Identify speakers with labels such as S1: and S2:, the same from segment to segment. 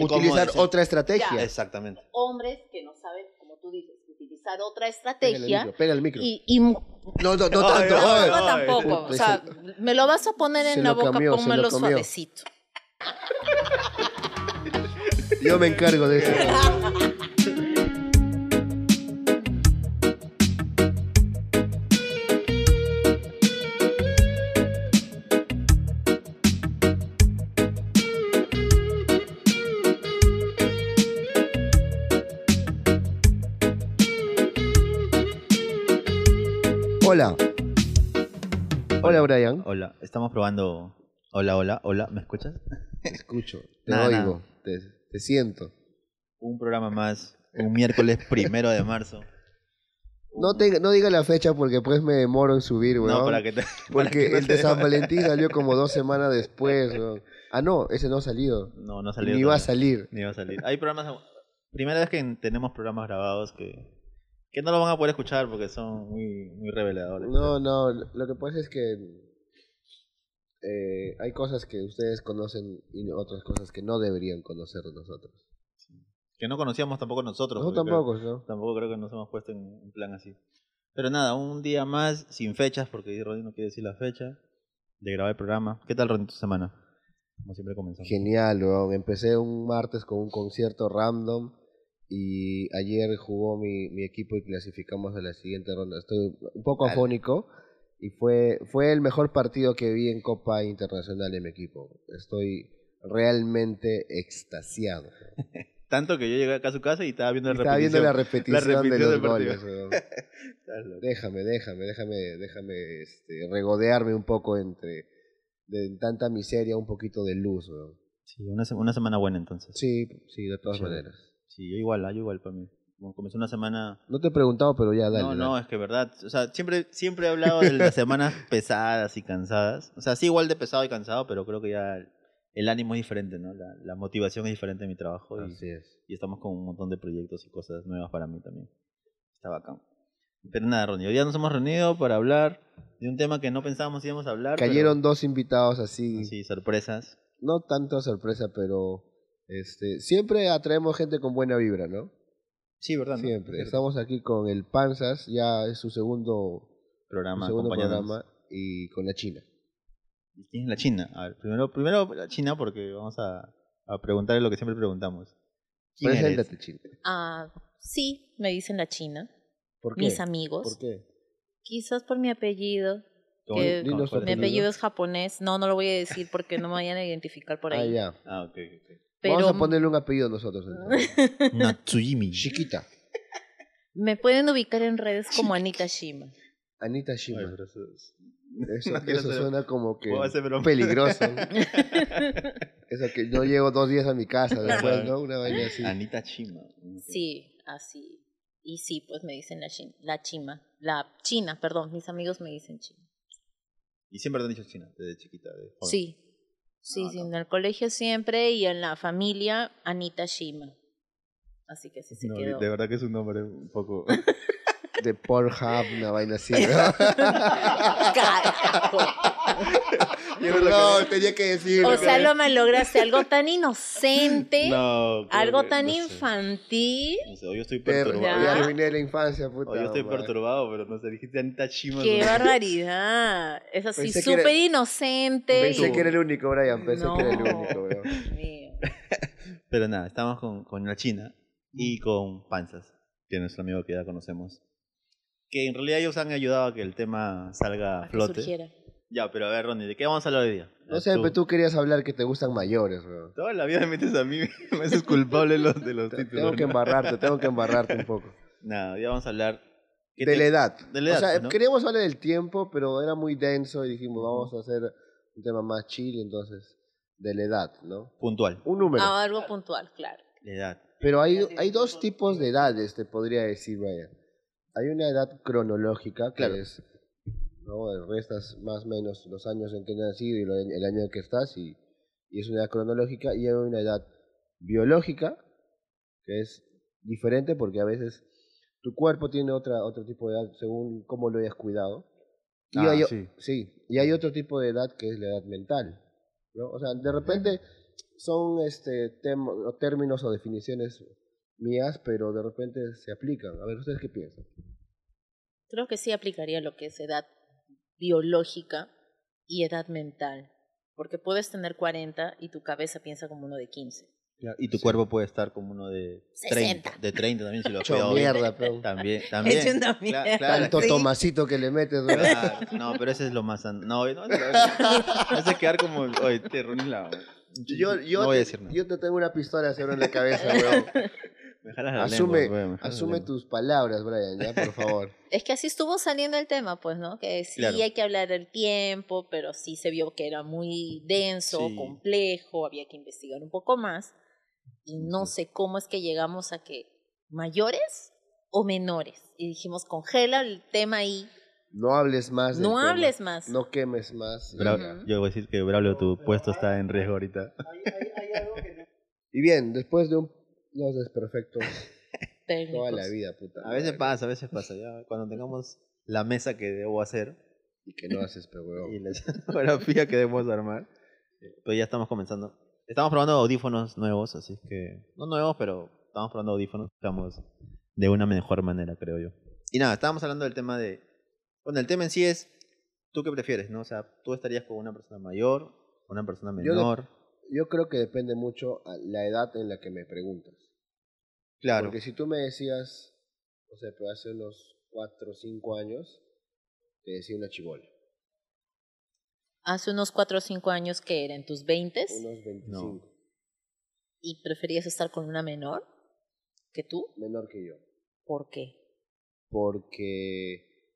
S1: utilizar
S2: decir?
S1: otra estrategia.
S2: Ya. Exactamente.
S3: hombres que no saben, como tú dices, utilizar otra
S1: Pégale el
S3: estrategia
S1: micro, pega el micro.
S3: y, y mu-
S1: No, no, no
S2: Ay,
S1: tanto.
S2: ay,
S1: ay.
S2: ay.
S3: no tampoco.
S1: puta,
S3: O sea, me lo vas a poner
S1: se
S3: en la
S1: lo
S3: boca,
S1: comió, se lo
S3: pónmelo
S1: comió.
S3: suavecito.
S1: Yo me encargo de eso. Hola. Hola, Brian.
S2: Hola, estamos probando. Hola, hola, hola, ¿me escuchas?
S1: Te escucho, te
S2: Nada,
S1: oigo, te, te siento.
S2: Un programa más, un miércoles primero de marzo.
S1: No, te, no diga la fecha porque después me demoro en subir, weón.
S2: No, para que te. para
S1: Porque
S2: que no
S1: el
S2: te-
S1: de San Valentín salió como dos semanas después. weón. Ah, no, ese no ha salido.
S2: No, no salió.
S1: Ni va a
S2: todavía.
S1: salir.
S2: Ni va a salir. Hay programas. Primera vez que tenemos programas grabados que. Que no lo van a poder escuchar porque son muy, muy reveladores.
S1: No, no, lo que pasa es que eh, hay cosas que ustedes conocen y otras cosas que no deberían conocer nosotros.
S2: Que no conocíamos tampoco nosotros.
S1: No,
S2: porque creo-
S1: tampoco, ¿no?
S2: Tampoco creo que nos hemos puesto en un plan así. Pero nada, un día más, sin fechas, porque Rodin no quiere decir la fecha, de grabar el programa. ¿Qué tal, Rodin, tu semana? Como siempre comenzamos.
S1: Genial, weón. Empecé un martes con un concierto random y ayer jugó mi, mi equipo y clasificamos a la siguiente ronda. Estoy un poco
S2: Al-
S1: afónico y fue, fue el mejor partido que vi en Copa Internacional de mi equipo. Estoy realmente extasiado.
S2: Tanto que yo llegué acá a su casa y estaba viendo la
S1: Estaba viendo
S2: repetición.
S1: la repetición,
S2: La repetición
S1: de
S2: del
S1: los
S2: partido.
S1: goles. weón.
S2: Estás loco.
S1: Déjame, déjame, déjame, déjame este, regodearme un poco entre de tanta miseria, un poquito de luz. weón.
S2: Sí, una, se- una semana buena entonces. Sí,
S1: Sí, sí, de todas
S2: Chévere.
S1: maneras.
S2: yo igual, ah, yo igual para mí. Como comenzó una semana...
S1: No te he preguntado, pero ya, dale.
S2: no, no,
S1: dale.
S2: es que verdad. O sea, siempre, siempre he hablado de las semanas pesadas y cansadas. O sea, sí igual de pesado y cansado, pero creo que ya el ánimo es diferente, ¿no? La, la motivación es diferente en mi trabajo. y-
S1: Así es.
S2: y estamos con un montón de proyectos y cosas nuevas para mí también. Está bacán. Pero nada, Ronnie, hoy día nos hemos reunido para hablar de un tema que no pensábamos íbamos a hablar.
S1: Cayeron dos invitados así,
S2: pero- sí, sorpresas.
S1: no tanto sorpresa, pero este, siempre atraemos gente con buena vibra, ¿no?
S2: Sí, ¿verdad? no?
S1: Siempre.
S2: Es
S1: Estamos aquí con el Panzas, ya es su segundo,
S2: cierto.
S1: su
S2: Programa,
S1: segundo
S2: acompañándonos.
S1: programa, y con la China.
S2: ¿Y ¿Quién es la China? A ver, primero, primero la China porque vamos a, a preguntarle lo que siempre preguntamos. ¿Quién eres?
S1: Preséntate, China.
S3: Ah, sí, me dicen la china,
S1: ¿Por qué?
S3: mis amigos.
S1: ¿Por qué?
S3: Quizás por mi apellido.
S2: ¿Cómo-
S3: Que-
S2: cómo-
S1: Dinos
S2: cuál
S3: Mi
S1: apellido.
S2: es?
S3: apellido es japonés. No, no lo voy a decir porque no me vayan a identificar por
S1: Ah,
S3: ahí.
S1: ya.
S2: Ah, ok, ok.
S3: Pero
S1: Vamos a ponerle un apellido nosotros. entonces.
S2: Natsujimi.
S1: Chiquita.
S3: me pueden ubicar en redes como Anita Shima.
S1: Anita
S2: Ay,
S1: Shima.
S2: pero eso es-
S1: Eso,
S2: no quiero
S1: eso
S2: hacer-
S1: suena como que
S2: Puedo hacer broma.
S1: peligroso. Eso que yo llego dos días a mi casa después,
S2: Claro.
S1: ¿no? Una vaina así.
S2: Anita Chima. Ok.
S3: Sí, así. Y sí, pues me dicen la china, la chima, la china, perdón, mis amigos me dicen china.
S2: Y siempre te han dicho China, desde chiquita. de joven.
S3: Sí, sí,
S2: Ah,
S3: sí,
S2: no.
S3: en el colegio siempre y en la familia Anita Shima. Así que sí se
S2: No,
S3: quedó.
S2: de verdad que es un nombre un poco...
S1: De Pornhub, una vaina así, ¿no?
S3: Carajo.
S1: no, tenía que decir.
S3: O sea, lo lograste algo tan inocente,
S2: No, creo
S3: algo
S2: que-
S3: tan
S2: no sé.
S3: infantil.
S2: No sé, hoy yo estoy
S1: Te
S2: perturbado.
S3: Ya.
S1: te arruiné la infancia, puta.
S2: Hoy yo estoy
S1: madre.
S2: perturbado, pero no sé, dijiste Anita Shima.
S3: Qué
S2: ¿no?
S3: barbaridad. Es así,
S1: Pensé que era-
S3: súper inocente.
S1: Pensé
S3: y-
S1: que era el único, Brian. Pensé que era el
S3: No.
S1: único, weón.
S3: Dios mío.
S2: Pero nada, estamos con, con la China y con Panzas, que es nuestro amigo que ya conocemos. Que en realidad ellos han ayudado a que el tema salga a
S3: Para que
S2: flote.
S3: surgiera.
S2: Ya, pero a ver, Ronnie, ¿de qué vamos a hablar hoy día? A
S1: No
S2: ver,
S1: sé, pero tú querías hablar que te gustan mayores, weón.
S2: Toda la vida me metes a mí, me haces culpable de los, de los
S1: Te-
S2: títulos.
S1: Tengo que
S2: ¿no?
S1: embarrarte, tengo que embarrarte un poco.
S2: Nada, hoy día vamos a hablar... ¿qué
S1: de
S2: te-
S1: la edad.
S2: de la
S1: o sea,
S2: edad, ¿no?
S1: queríamos hablar del tiempo, pero era muy denso y dijimos,
S2: Ujú.
S1: vamos a hacer un tema más chill, entonces, de la edad, ¿no?
S2: Puntual.
S1: Un número.
S3: Ah, algo puntual, claro.
S2: La edad.
S1: Pero hay, hay dos tipos de edades, te podría decir, Brian. Hay una edad cronológica, que
S2: Claro.
S1: es, ¿no? Restas más o menos los años en que nacido y lo- el año en que estás, y, y es una edad cronológica. Y hay una edad biológica, que es diferente porque a veces tu cuerpo tiene otra, otro tipo de edad según cómo lo hayas cuidado. Y
S2: Ah,
S1: hay o-
S2: sí.
S1: sí, y hay otro tipo de edad que es la edad mental. ¿no? O sea, de repente son este, tem- o términos o definiciones mías, pero de repente se aplican. A ver, ¿ustedes qué piensan?
S3: Creo que sí aplicaría lo que es edad biológica y edad mental. Porque puedes tener 40 y tu cabeza piensa como uno de 15.
S2: Y tu cuerpo puede estar como uno de 30.
S3: 60.
S2: De 30 también, si lo
S1: Hecho
S2: cuidado bien.
S1: mierda, pero
S2: También, también.
S3: Hecho una
S2: Cla-
S3: mierda.
S2: claro,
S1: Tanto
S3: sí.
S1: tomacito que le metes, ¿verdad?
S2: claro. No, pero ese es lo más sano. No, no, no, no. Hace quedar como. Oye, te reuní la.
S1: Yo, yo,
S2: no voy a
S1: te-
S2: decir nada.
S1: yo te tengo una pistola seguro en la cabeza, weón.
S2: Me jalas la
S1: Asume,
S2: lengua, weón, me jalas la
S1: asume
S2: lengua.
S1: tus palabras, Brian, ya, por favor.
S3: Es que así estuvo saliendo el tema, pues, ¿no? Que sí
S2: Claro.
S3: hay que hablar del tiempo, pero sí se vio que era muy denso,
S2: Sí.
S3: complejo, había que investigar un poco más. Y no sé cómo es que llegamos a que mayores o menores. Y dijimos, congela el tema ahí,
S1: No hables más. del
S3: no
S1: tema,
S3: hables más.
S1: No quemes más.
S2: Bra-
S3: Ujú.
S2: Yo voy a decir que Braulio, tu puesto está en riesgo ahorita.
S1: Y bien, después de un, los desperfectos
S3: técnicos.
S1: toda la vida, puta.
S2: A veces
S1: madre.
S2: pasa, a veces pasa. Ya cuando tengamos la mesa que debo hacer
S1: Y que no haces, pero weón.
S2: y la escenografía que debemos armar, pues ya estamos comenzando. Estamos probando audífonos nuevos, así que. No nuevos, pero estamos probando audífonos. Estamos de una mejor manera, creo yo. Y nada, estábamos hablando del tema de. Bueno, el tema en sí es. ¿Tú qué prefieres, no? O sea, ¿tú estarías con una persona mayor, una persona
S1: Yo de-
S2: menor?
S1: Yo creo que depende mucho a la edad en la que me preguntas.
S2: Claro.
S1: Porque si tú me decías, o sea, pero hace unos 4 o 5 años, te decía una chibola.
S3: Hace unos 4 o 5 años que era en tus 20
S1: Unos 25.
S3: y preferías estar con una menor que tú.
S1: Menor que yo.
S3: ¿Por qué?
S1: porque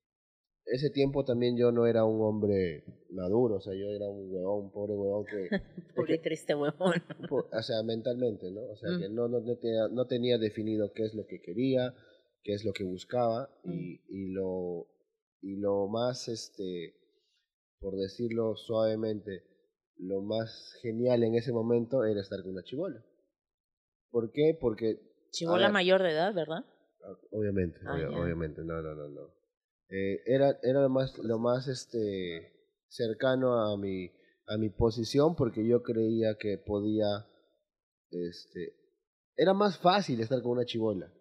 S1: ese tiempo también yo no era un hombre maduro, o sea, yo era un huevón, un pobre huevón que,
S3: Pobre triste huevón.
S1: po- o sea, mentalmente, ¿no? O sea,
S3: Mm.
S1: que no, no, no tenía, no tenía definido qué es lo que quería, qué es lo que buscaba y, y lo, y lo más, este, por decirlo suavemente, lo más genial en ese momento era estar con una chibola. ¿Por qué? Porque
S3: Chivola
S1: ver.
S3: mayor de edad, ¿verdad?
S1: Obviamente,
S3: Ah,
S1: obvia-
S3: ya.
S1: obviamente, no, no, no, no. Eh, era, era lo más, lo más este cercano a mi, a mi posición porque yo creía que podía, este, era más fácil estar con una chibola.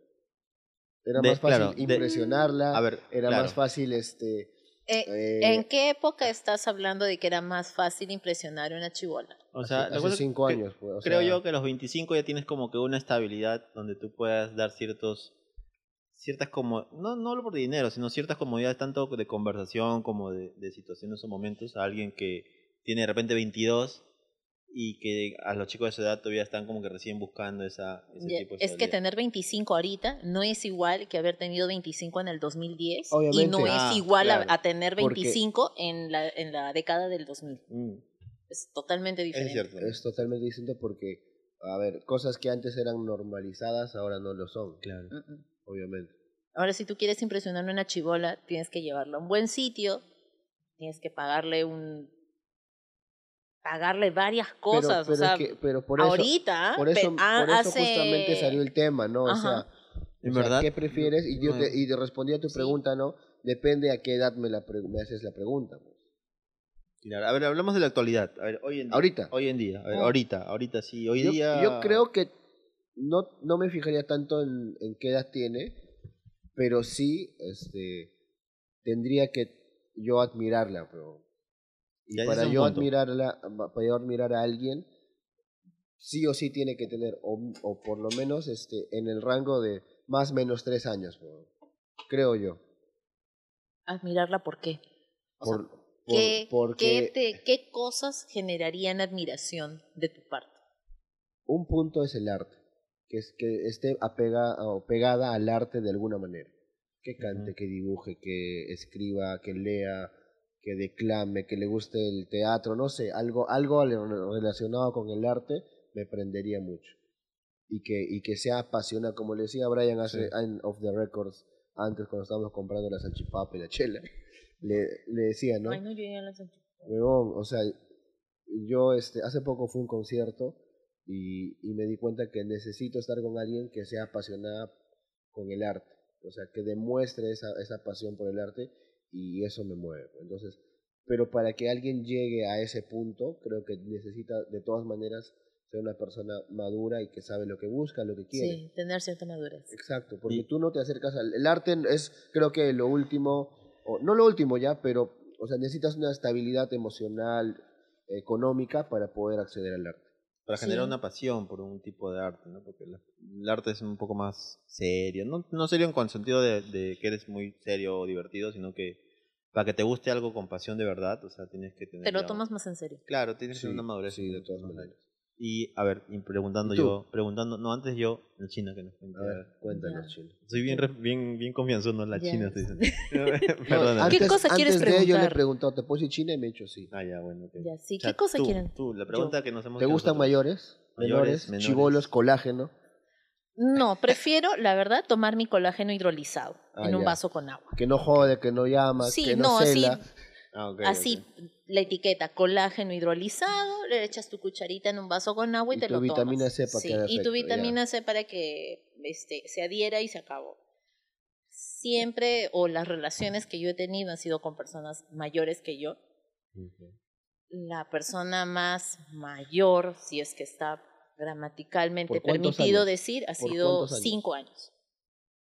S1: Era
S2: De-
S1: más fácil
S2: claro, de-
S1: impresionarla.
S2: a ver,
S1: era
S2: claro.
S1: más fácil este.
S3: Eh,
S1: eh,
S3: ¿En qué época estás hablando de que era más fácil impresionar a una chivola?
S2: O
S1: hace-
S2: sea,
S1: hace,
S2: lo que pasa es
S1: cinco
S2: que-
S1: años. pues, o
S2: creo
S1: sea,
S2: yo que a los 25 ya tienes como que una estabilidad donde tú puedas dar ciertos ciertas como no no hablo por dinero sino ciertas comodidades tanto de conversación como de, de situaciones o momentos a alguien que tiene de repente 22 y que a los chicos de su edad todavía están como que recién buscando esa ese
S3: Ya,
S2: tipo de
S3: es que
S2: estabilidad.
S3: tener 25 ahorita no es igual que haber tenido 25 en el 2010 y no
S1: Obviamente.
S2: Ah,
S3: es igual a-
S2: claro.
S3: a, tener
S1: Porque-
S3: 25 en la, en la década del 2000.
S2: Mm,
S3: Es totalmente diferente.
S2: es cierto
S1: Es totalmente distinto porque, a ver, cosas que antes eran normalizadas ahora no lo son,
S2: claro
S3: Mm, mm.
S1: obviamente.
S3: Ahora, si tú quieres impresionar a una chivola, tienes que llevarla a un buen sitio, tienes que pagarle un... pagarle varias cosas. o sea,
S1: es que- pero por eso-
S3: ahorita,
S1: Por eso,
S3: pe- ah,
S1: por eso
S3: hace-
S1: justamente salió el tema, ¿no? O sea,
S3: Ajá.
S2: En
S1: o sea,
S2: verdad,
S1: ¿qué prefieres? Y, yo
S2: no.
S1: te, y te respondí a tu
S3: Sí.
S1: pregunta, ¿no? Depende a qué edad me, la pre- me haces la pregunta. pues.
S2: Claro. a ver hablamos de la actualidad a ver hoy en día,
S1: Ahorita.
S2: hoy en día a
S3: Oh.
S2: ver,
S1: Ah.
S2: ahorita ahorita sí hoy
S1: yo,
S2: día
S1: yo creo que no, no me fijaría tanto en, en qué edad tiene, pero sí este, tendría que yo admirarla, bro. Y
S2: Ya, ese
S1: para
S2: es un
S1: yo,
S2: punto.
S1: admirarla, para yo admirar a alguien, sí o sí tiene que tener, o, o por lo menos este, en el rango de más o menos tres años, bro. creo yo.
S3: admirarla por qué. O sea, este
S1: Por, por-
S3: ¿Qué,
S1: porque
S3: qué te- qué cosas generarían admiración de tu parte?
S1: un punto es el arte, que es que esté apega, o pegada al arte de alguna manera. Que cante,
S2: Ujú.
S1: que dibuje, que escriba, que lea, que declame, que le guste el teatro, no sé, algo, algo al- relacionado con el arte me prendería mucho. Y que, y que sea apasionada, como le decía Brian hace
S2: Sí.
S1: en Off the Records, antes cuando estábamos comprando la salchipapa y la chela, le, le decía, ¿no?
S3: Ay, no, yo ya las-
S1: Huevón, o sea, yo este, hace poco fui a un concierto y, y me di cuenta que necesito estar con alguien que sea apasionada con el arte, o sea, que demuestre esa, esa pasión por el arte y eso me mueve. Entonces, pero para que alguien llegue a ese punto, creo que necesita de todas maneras ser una persona madura y que sabe lo que busca, lo que quiere.
S3: Sí, tener cierta madurez.
S1: Exacto, porque tú no te acercas al... El arte es, creo que lo último, o no lo último ya, pero, o sea, necesitas una estabilidad emocional, económica, para poder acceder al arte.
S2: Para
S3: Sí.
S2: generar una pasión por un tipo de arte, ¿no? Porque la- el arte es un poco más serio. No, no serio en con sentido de, de que eres muy serio o divertido, sino que para que te guste algo con pasión de verdad, o sea, tienes que tener...
S3: Te lo
S2: ya-
S3: tomas más en serio.
S2: Claro, tienes que
S1: Sí,
S2: tener una madurez.
S1: sí, de todas maneras.
S2: Y, a ver, y preguntando
S1: ¿Y tú?
S2: yo, preguntando, no, antes yo, la china que nos cuente.
S1: A ver, cuéntanos,
S3: Ya.
S1: Chino.
S2: Soy bien, re- bien, bien confianzudo, la
S3: Ya.
S2: china, te dicen. Perdona.
S3: ¿Qué cosa quieres
S1: antes de ello le he
S3: preguntar?
S1: preguntado, ¿te puedo decir China? Y me he dicho sí.
S2: Ah, ya, bueno. ok.
S3: Ya, sí.
S2: O sea,
S3: ¿Qué cosa
S2: tú,
S3: quieren?
S2: Tú, la pregunta que nos hemos
S1: ¿Te
S2: hecho
S1: gustan
S2: nosotros.
S1: mayores?
S2: Mayores,
S1: Menores,
S2: menores.
S1: chivolos, colágeno.
S3: No, prefiero, la verdad, tomar mi colágeno hidrolizado
S1: Ah,
S3: en un
S1: ya.
S3: vaso con agua.
S1: Que no jode, que no llama,
S3: Sí,
S1: que no,
S3: no, sí.
S1: cela.
S2: Ah, ok,
S3: Así,
S2: ok.
S3: la etiqueta, colágeno hidrolizado, le echas tu cucharita en un vaso con agua y,
S1: Y
S3: te
S1: tu
S3: lo tomas.
S1: vitamina C para
S3: Sí,
S1: que haga
S3: Y tu
S1: efecto,
S3: vitamina C para que este, se adhiera y se acabó. Siempre, o las relaciones que yo he tenido han sido con personas mayores que yo.
S2: Ok.
S3: La persona más mayor, si es que está gramaticalmente
S1: ¿Por cuántos
S3: permitido
S1: años?
S3: decir, ha
S1: ¿Por
S3: sido
S1: cuántos años?
S3: cinco años.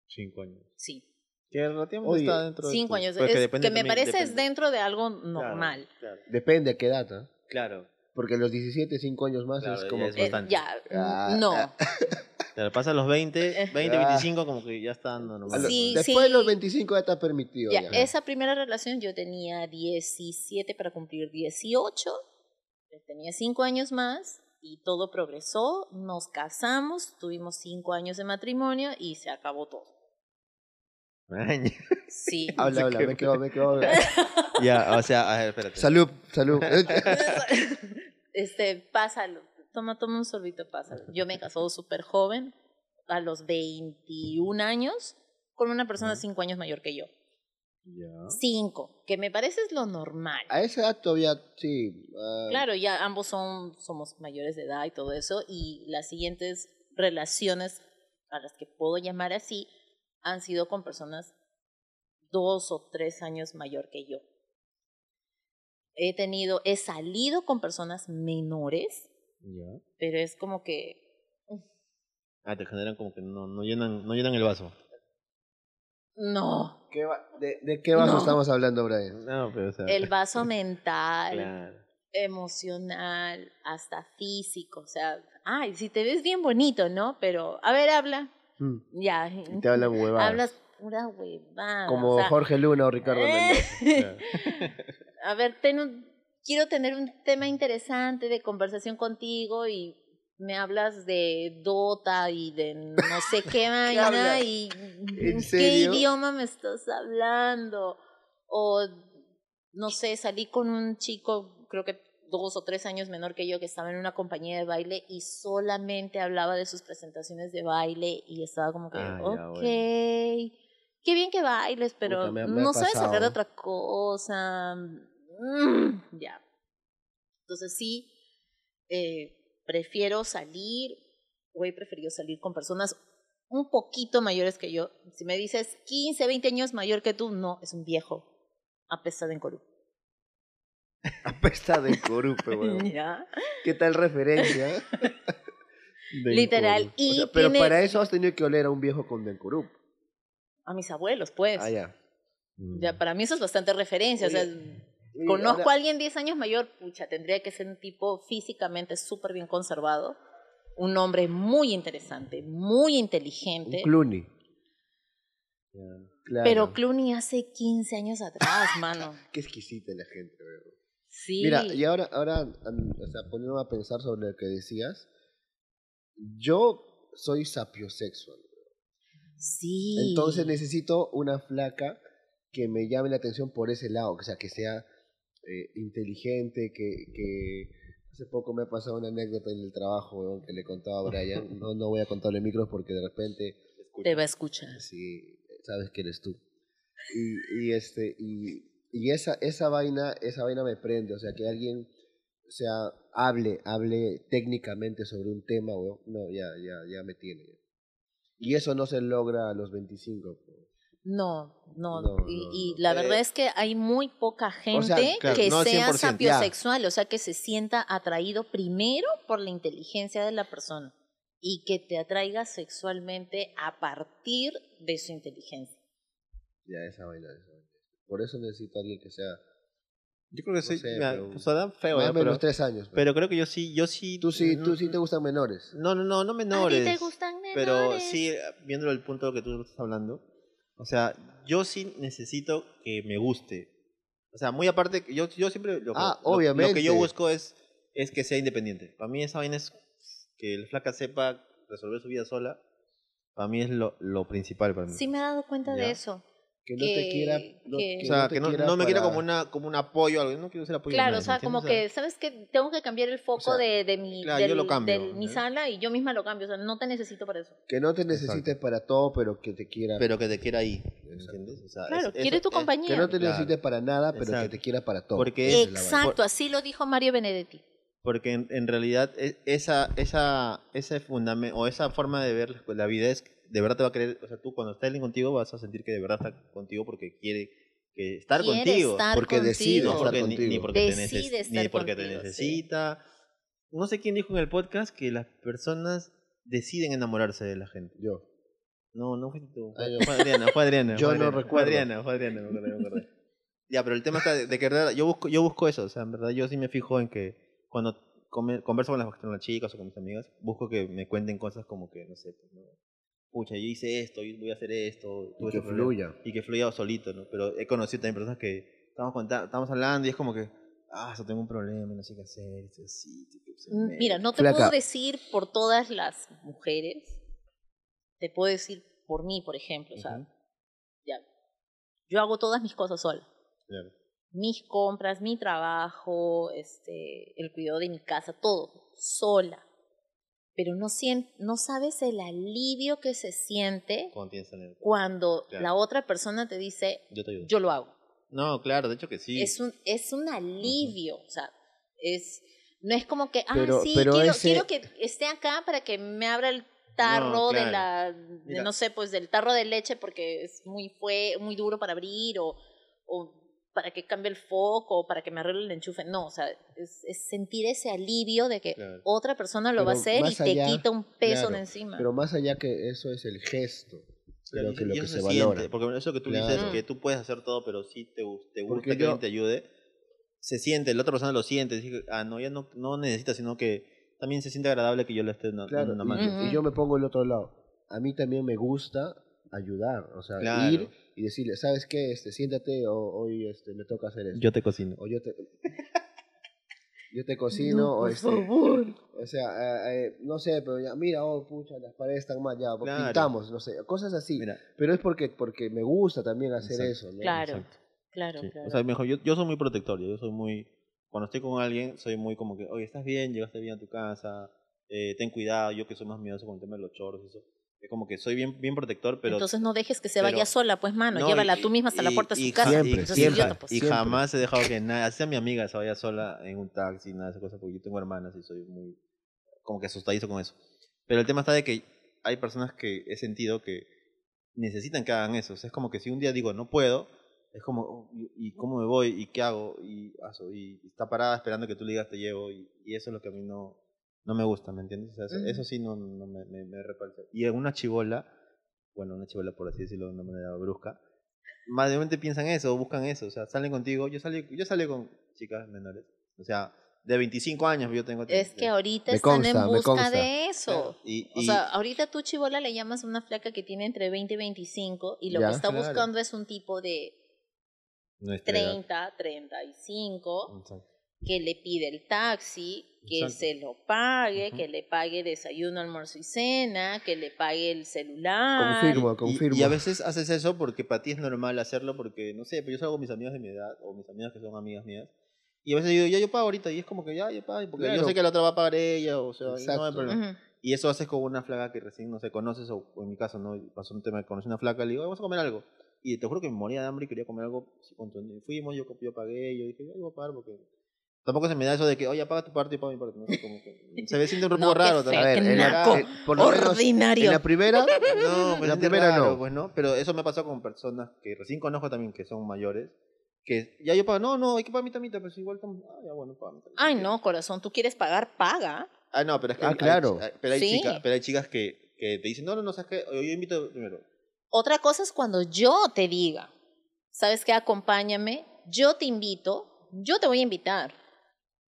S2: Cinco años.
S3: Sí.
S2: Que relativamente
S1: Oye,
S2: está dentro de
S3: cinco
S2: tu-
S3: años.
S2: pero
S3: Es- que,
S2: depende
S3: me
S2: también,
S3: parece es
S2: depende.
S3: dentro de algo
S2: Claro,
S3: normal.
S2: Claro.
S1: Depende a qué edad, ¿ah?
S2: claro.
S1: Porque los 17, 5 años más
S2: Claro,
S1: es
S2: ya
S1: como...
S2: es
S1: que-
S3: Eh,
S2: bastante.
S3: ya,
S1: Ah,
S3: no.
S2: Te la pasas a los 20, 20,
S1: Ah.
S2: 25, como que ya está dando
S1: a
S2: normal.
S1: los-
S3: Sí,
S1: después de
S3: sí.
S1: los 25 ya está permitido.
S3: Ya,
S1: ya.
S3: esa primera relación yo tenía 17 para cumplir 18. Yo Tenía cinco años más y todo progresó. Nos casamos, tuvimos cinco años de matrimonio y se acabó todo.
S2: Maña.
S3: Sí.
S1: Habla, habla, me quedo, me quedo.
S2: ya, o sea, a ver, espérate.
S1: salud, salud.
S3: este, pásalo. Toma, toma un sorbito, pásalo. Yo me casó súper joven, a los 21 años, con una persona
S2: Ujú.
S3: cinco años mayor que yo.
S2: Ya.
S3: Cinco, que me parece es lo normal.
S1: a esa edad todavía, sí. ah,
S3: Claro, ya ambos son, somos mayores de edad y todo eso, y las siguientes relaciones a las que puedo llamar así han sido con personas dos o tres años mayor que yo. He tenido, he salido con personas menores,
S2: Ya.
S3: pero es como que
S2: Ah, te generan como que no, no, llenan, no llenan el vaso.
S3: no,
S1: ¿qué va- de, de qué vaso
S3: No.
S1: estamos hablando, Brian?
S2: No, pero o sea.
S3: el vaso mental,
S2: Claro.
S3: emocional, hasta físico, o sea, ay, si te ves bien bonito, ¿no? Pero, a ver, habla,
S1: Mm,
S3: ya.
S1: y te hablan huevadas.
S3: Hablas pura huevada.
S1: como
S3: o sea,
S1: Jorge Luna o Ricardo
S3: eh,
S1: Mendoza.
S2: Claro.
S3: A ver, ten un- quiero tener un tema interesante de conversación contigo y me hablas de Dota y de no sé qué vaina
S1: hablas?
S3: y
S1: ¿En
S3: qué
S1: serio?
S3: idioma me estás hablando. O no sé, salí con un chico, creo que dos o tres años menor que yo, que estaba en una compañía de baile y solamente hablaba de sus presentaciones de baile y estaba como que,
S2: Ah, ya, bueno.
S3: ok, qué bien que bailes, pero
S1: Puta, me ha- me ha
S3: no sabes hablar de
S1: pasado.
S3: otra cosa. Mm, ya. Entonces sí, eh, prefiero salir, o he preferido salir con personas un poquito mayores que yo. Si me dices 15, 20 años mayor que tú, no, es un viejo. Apestado en Corú.
S1: Apesta de corupe, weón.
S3: Ya.
S1: ¿Qué tal referencia?
S2: Del
S3: Literal.
S1: O
S3: Y
S1: sea, pero
S3: tiene-
S1: para eso has tenido que oler a un viejo con Denkurup.
S3: A mis abuelos, pues.
S1: Ah, ya.
S2: culo.
S3: Ya, para mí eso es bastante referencia. o sea,
S1: Oye, Y
S3: conozco
S1: ahora-
S3: a alguien 10 años mayor, pucha, tendría que ser un tipo físicamente súper bien conservado. Un hombre muy interesante, muy inteligente.
S1: Un Clooney.
S2: Ya.
S1: Claro.
S3: Pero Clooney hace 15 años atrás, mano.
S1: Qué exquisita la gente, weón.
S3: Sí.
S1: Mira, y ahora, ahora am, o sea, poniéndome a pensar sobre lo que decías, yo soy sapiosexual.
S3: Sí.
S1: Entonces necesito una flaca que me llame la atención por ese lado, o sea, que sea eh, inteligente, que, que- Hace poco me ha pasado una anécdota en el trabajo weón, que le contaba a Brian. No, no voy a contarle micros porque de repente...
S3: Te va a escuchar.
S1: Sí, sabes que eres tú. Y, y este, y, y esa, esa vaina, esa vaina me prende, o sea, que alguien, o sea, hable, hable técnicamente sobre un tema, weón. No, ya, ya, ya me tiene. Y eso no se logra a los 25. weón.
S3: No, no,
S1: No,
S3: y,
S1: no,
S3: y
S1: no.
S3: la
S1: Eh,
S3: verdad es que hay muy poca gente
S1: claro,
S3: que
S2: no
S3: sea
S2: 100%, ya.
S3: sapiosexual, o sea, que se sienta atraído primero por la inteligencia de la persona y que te atraiga sexualmente a partir de su inteligencia.
S1: Ya, esa vaina. esa vaina. Por eso necesito a alguien que sea.
S2: Yo creo que
S1: No
S2: sí.
S1: sé,
S2: mira,
S1: pero-
S2: o sea, da feo,
S1: más
S2: ya,
S1: o menos
S2: Eh, pero,
S1: tres años. pues.
S2: pero creo que yo sí, yo sí.
S1: tú sí,
S2: mm,
S1: tú sí te gustan menores.
S2: No, no, no, no menores.
S3: ¿A ti te gustan
S2: Pero
S3: menores?
S2: sí, viendo el punto que tú estás hablando, o sea, yo sí necesito que me guste. O sea, muy aparte, yo, yo siempre lo que,
S1: Ah,
S2: lo- lo
S1: obviamente.
S2: que yo busco es, es que sea independiente. Para mí esa vaina es que el flaca sepa resolver su vida sola. Para mí es lo, lo principal para mí.
S3: Sí me he dado cuenta
S2: Ya.
S3: de eso.
S1: Que no te
S3: Que-
S1: quiera. no-
S3: que-
S2: o sea, que no, no me quiera
S1: para-
S2: como, una, como un apoyo, algo, yo Pues no quiero ser apoyo. de
S3: Claro,
S2: nadie,
S3: o sea,
S2: ¿entiendes?
S3: como que, ¿sabes qué? Tengo que cambiar el foco
S1: sea,
S3: de, de mi,
S2: claro, yo
S3: del-
S2: lo cambio,
S3: de mi
S2: ¿no?
S3: sala y yo misma lo cambio, o sea, no te necesito para eso.
S1: Que no te necesites para todo, pero que te quiera.
S2: Pero que te quiera ahí,
S1: Exacto.
S2: ¿entiendes? O sea,
S3: Claro,
S2: es- es-
S3: quiere tu
S2: es-
S3: compañía.
S1: que no te
S2: Claro.
S1: necesites para nada, pero que
S2: Exacto.
S1: te quiera para todo.
S2: Porque-
S1: Esa es la vaina.
S3: Exacto, así lo dijo Mario Benedetti.
S2: Porque en, en realidad e- esa, esa, ese fundamento o esa forma de ver la- la vida es que de verdad te va a querer, o sea, tú cuando está alguien contigo vas a sentir que de verdad está contigo porque quiere que estar
S3: Quiere
S2: contigo.
S3: estar
S1: porque
S3: contigo.
S1: decido
S2: no
S1: estar
S2: porque, ni,
S1: contigo.
S2: ni porque, te,
S3: Decide
S2: neces-
S3: estar
S2: ni porque te
S3: contigo, sí.
S2: necesita. No sé quién dijo en el podcast que las personas deciden enamorarse de la gente.
S1: Yo.
S2: No, no fuiste tú.
S1: Ah, yo.
S2: Fue Adriana, fue Adriana.
S1: Yo
S2: fue
S1: no
S2: Adriana, fue
S1: recuerdo.
S2: Adriana, fue Adriana, me acordé, me acordé. Ya, pero el tema está de, de que en verdad, yo busco, yo busco eso, o sea, en verdad yo sí me fijo en que cuando come- converso con las, con las chicas o con mis amigas, busco que me cuenten cosas como que, no sé, pues, ¿no? pucha, yo hice esto, yo voy a hacer esto.
S1: Y
S2: tuve
S1: que
S2: este problema.
S1: fluya.
S2: Y que fluya solito, ¿no? Pero he conocido también personas que estamos, conta- estamos hablando y es como que, ah, yo tengo un problema, no sé qué hacer, estoy así, estoy que se me-
S3: Mm, Mira, no te
S1: Flaca.
S3: puedo decir por todas las mujeres, te puedo decir por mí, por ejemplo. O sea,
S2: Ujú.
S3: ya, yo hago todas mis cosas sola.
S2: Claro.
S3: Mis compras, mi trabajo, este, el cuidado de mi casa, todo, sola. Pero no, sien- no sabes el alivio que se siente
S2: Cuando tienes talento.
S3: cuando
S2: Claro.
S3: la otra persona te dice,
S2: Yo te ayudo.
S3: yo lo hago.
S2: No, claro, de hecho que sí.
S3: es un es un alivio o sea es no es como que ah
S1: Pero-
S3: sí
S1: pero
S3: quiero,
S1: ese-
S3: quiero que esté acá para que me abra el tarro
S2: No,
S3: de la de
S2: Mira.
S3: no sé pues del tarro de leche porque es muy fue muy duro para abrir o, o para que cambie el foco o para que me arregle el enchufe no o sea es, es sentir ese alivio de que
S2: Claro.
S3: otra persona lo va a
S1: Pero
S3: hacer y
S1: más
S3: te
S1: allá,
S3: quita un peso
S1: claro,
S3: de encima
S1: Pero más allá que eso es el gesto. Creo
S2: Y-
S1: que
S2: y
S1: lo
S2: eso
S1: que se
S2: siente,
S1: valora.
S2: porque eso que tú dices,
S1: Claro.
S2: que tú puedes hacer todo, pero si te, gu- te gusta
S1: Porque
S2: que
S1: yo-
S2: alguien te ayude, se siente, la otra persona lo siente, dice, ah, no, ya no, no necesita, sino que también se siente agradable que yo le esté dando
S1: Claro,
S2: una
S1: y-
S2: mano.
S3: Ujú.
S1: y, yo me pongo el otro lado. A mí también me gusta ayudar, o sea,
S2: Claro.
S1: ir y decirle, ¿sabes qué? Este, siéntate o hoy este, me toca hacer esto.
S2: Yo te cocino.
S1: O yo te, yo te cocino,
S3: No,
S1: o
S3: por
S1: este,
S3: favor.
S1: o sea, eh, eh, no sé, pero ya, mira, oh, pucha, las paredes están mal, ya,
S2: Claro.
S1: pintamos, no sé, cosas así.
S2: Mira,
S1: Pero es porque, porque me gusta también hacer
S2: Exacto.
S1: eso, ¿no?
S3: Claro,
S2: exacto,
S3: claro,
S2: sí.
S3: claro.
S2: O sea, mejor, yo, yo soy muy protector, yo soy muy, cuando estoy con alguien, soy muy como que, oye, estás bien, llegaste bien a tu casa, eh, ten cuidado, yo que soy más miedoso con el tema de los choros y eso. Es como que soy bien, bien protector, pero
S3: Entonces no dejes que se
S2: pero-
S3: vaya sola, pues mano,
S2: No,
S3: llévala
S2: y-
S3: tú misma hasta la
S2: y-
S3: puerta de
S2: y
S3: su casa.
S1: siempre,
S3: Entonces,
S1: siempre.
S3: idiota, pues.
S2: Y
S1: siempre.
S2: jamás he dejado que nada, así sea mi amiga se vaya sola en un taxi, nada de esas cosas, porque yo tengo hermanas y soy muy como que asustadizo con eso. Pero el tema está de que hay personas que he sentido que necesitan que hagan eso. O sea, es como que si un día digo no puedo, es como, oh, ¿y, y cómo me voy? ¿Y qué hago? Y, aso, y está parada esperando que tú le digas te llevo. Y, y eso es lo que a mí no, no me gusta, ¿me entiendes? O sea, eso,
S3: Ujú.
S2: eso sí no, no me, me, me repalta. Y en una chivola, bueno, una chivola por así decirlo de una manera brusca, más de repente piensan eso, buscan eso, o sea, salen contigo. Yo salí, yo salí con chicas menores, o sea, de 25 años yo tengo.
S3: Es que ahorita
S1: Este,
S3: están
S1: Me consta, me
S3: en busca
S1: consta.
S3: de eso.
S2: Y,
S3: O
S2: y-
S3: sea, ahorita tú chivola le llamas a una flaca que tiene entre 20 y 25 y lo
S1: Ya,
S3: que está
S2: claro.
S3: buscando es un tipo de
S2: nuestra edad.
S3: 30, 35
S2: Exacto.
S3: que le pide el taxi, que
S2: Exacto.
S3: se lo pague,
S2: Ujú.
S3: que le pague desayuno, almuerzo y cena, que le pague el celular.
S1: Confirmo,
S2: Y-
S1: confirmo.
S2: Y, a veces haces eso porque para ti es normal hacerlo porque, no sé, pero yo salgo con mis amigas de mi edad o mis amigas que son amigas mías. Y a veces digo, ya yo pago ahorita y es como que ya yo pago porque
S1: Claro.
S2: yo sé que la otra va a pagar ella, o sea, y no hay
S1: Exacto.
S2: problema.
S3: Ujú.
S2: Y eso haces con una flaca que recién no se conoces, o o en mi caso, ¿no? Y Pasó un tema, conocí una flaca, le digo, "Ay, vamos a comer algo. Y te juro que me moría de hambre y quería comer algo. sí, con tu- y Fuimos, yo, yo pagué, yo dije, yo voy a pagar porque Tampoco se me da eso de que, oye, apaga tu parte y apaga mi parte. No sé, como que- se ve siente un
S3: No,
S2: poco
S3: qué
S2: raro.
S3: feo,
S1: A
S2: también.
S1: ver,
S3: qué
S1: en la,
S3: naco.
S1: eh, por lo menos en
S3: Ordinario.
S1: la primera,
S2: No,
S1: la
S2: pero la
S1: primera no.
S2: no. Pues no, pero eso me ha pasado con personas que recién conozco también que son mayores, que ya yo pago, no, no, hay que pagar mi tamita, pero si igual estamos, ah, ya bueno, paga mi tamita.
S3: Ay, no, corazón, tú quieres pagar, paga.
S2: Ah, no, pero es que
S1: Ah,
S2: hay-
S1: claro.
S2: hay- pero hay
S3: Sí.
S2: chicas, pero hay chicas que, que te dicen, "No, no, no, sabes que yo, yo invito primero."
S3: Otra cosa es cuando yo te diga, ¿sabes qué? Acompáñame, yo te invito, yo te voy a invitar.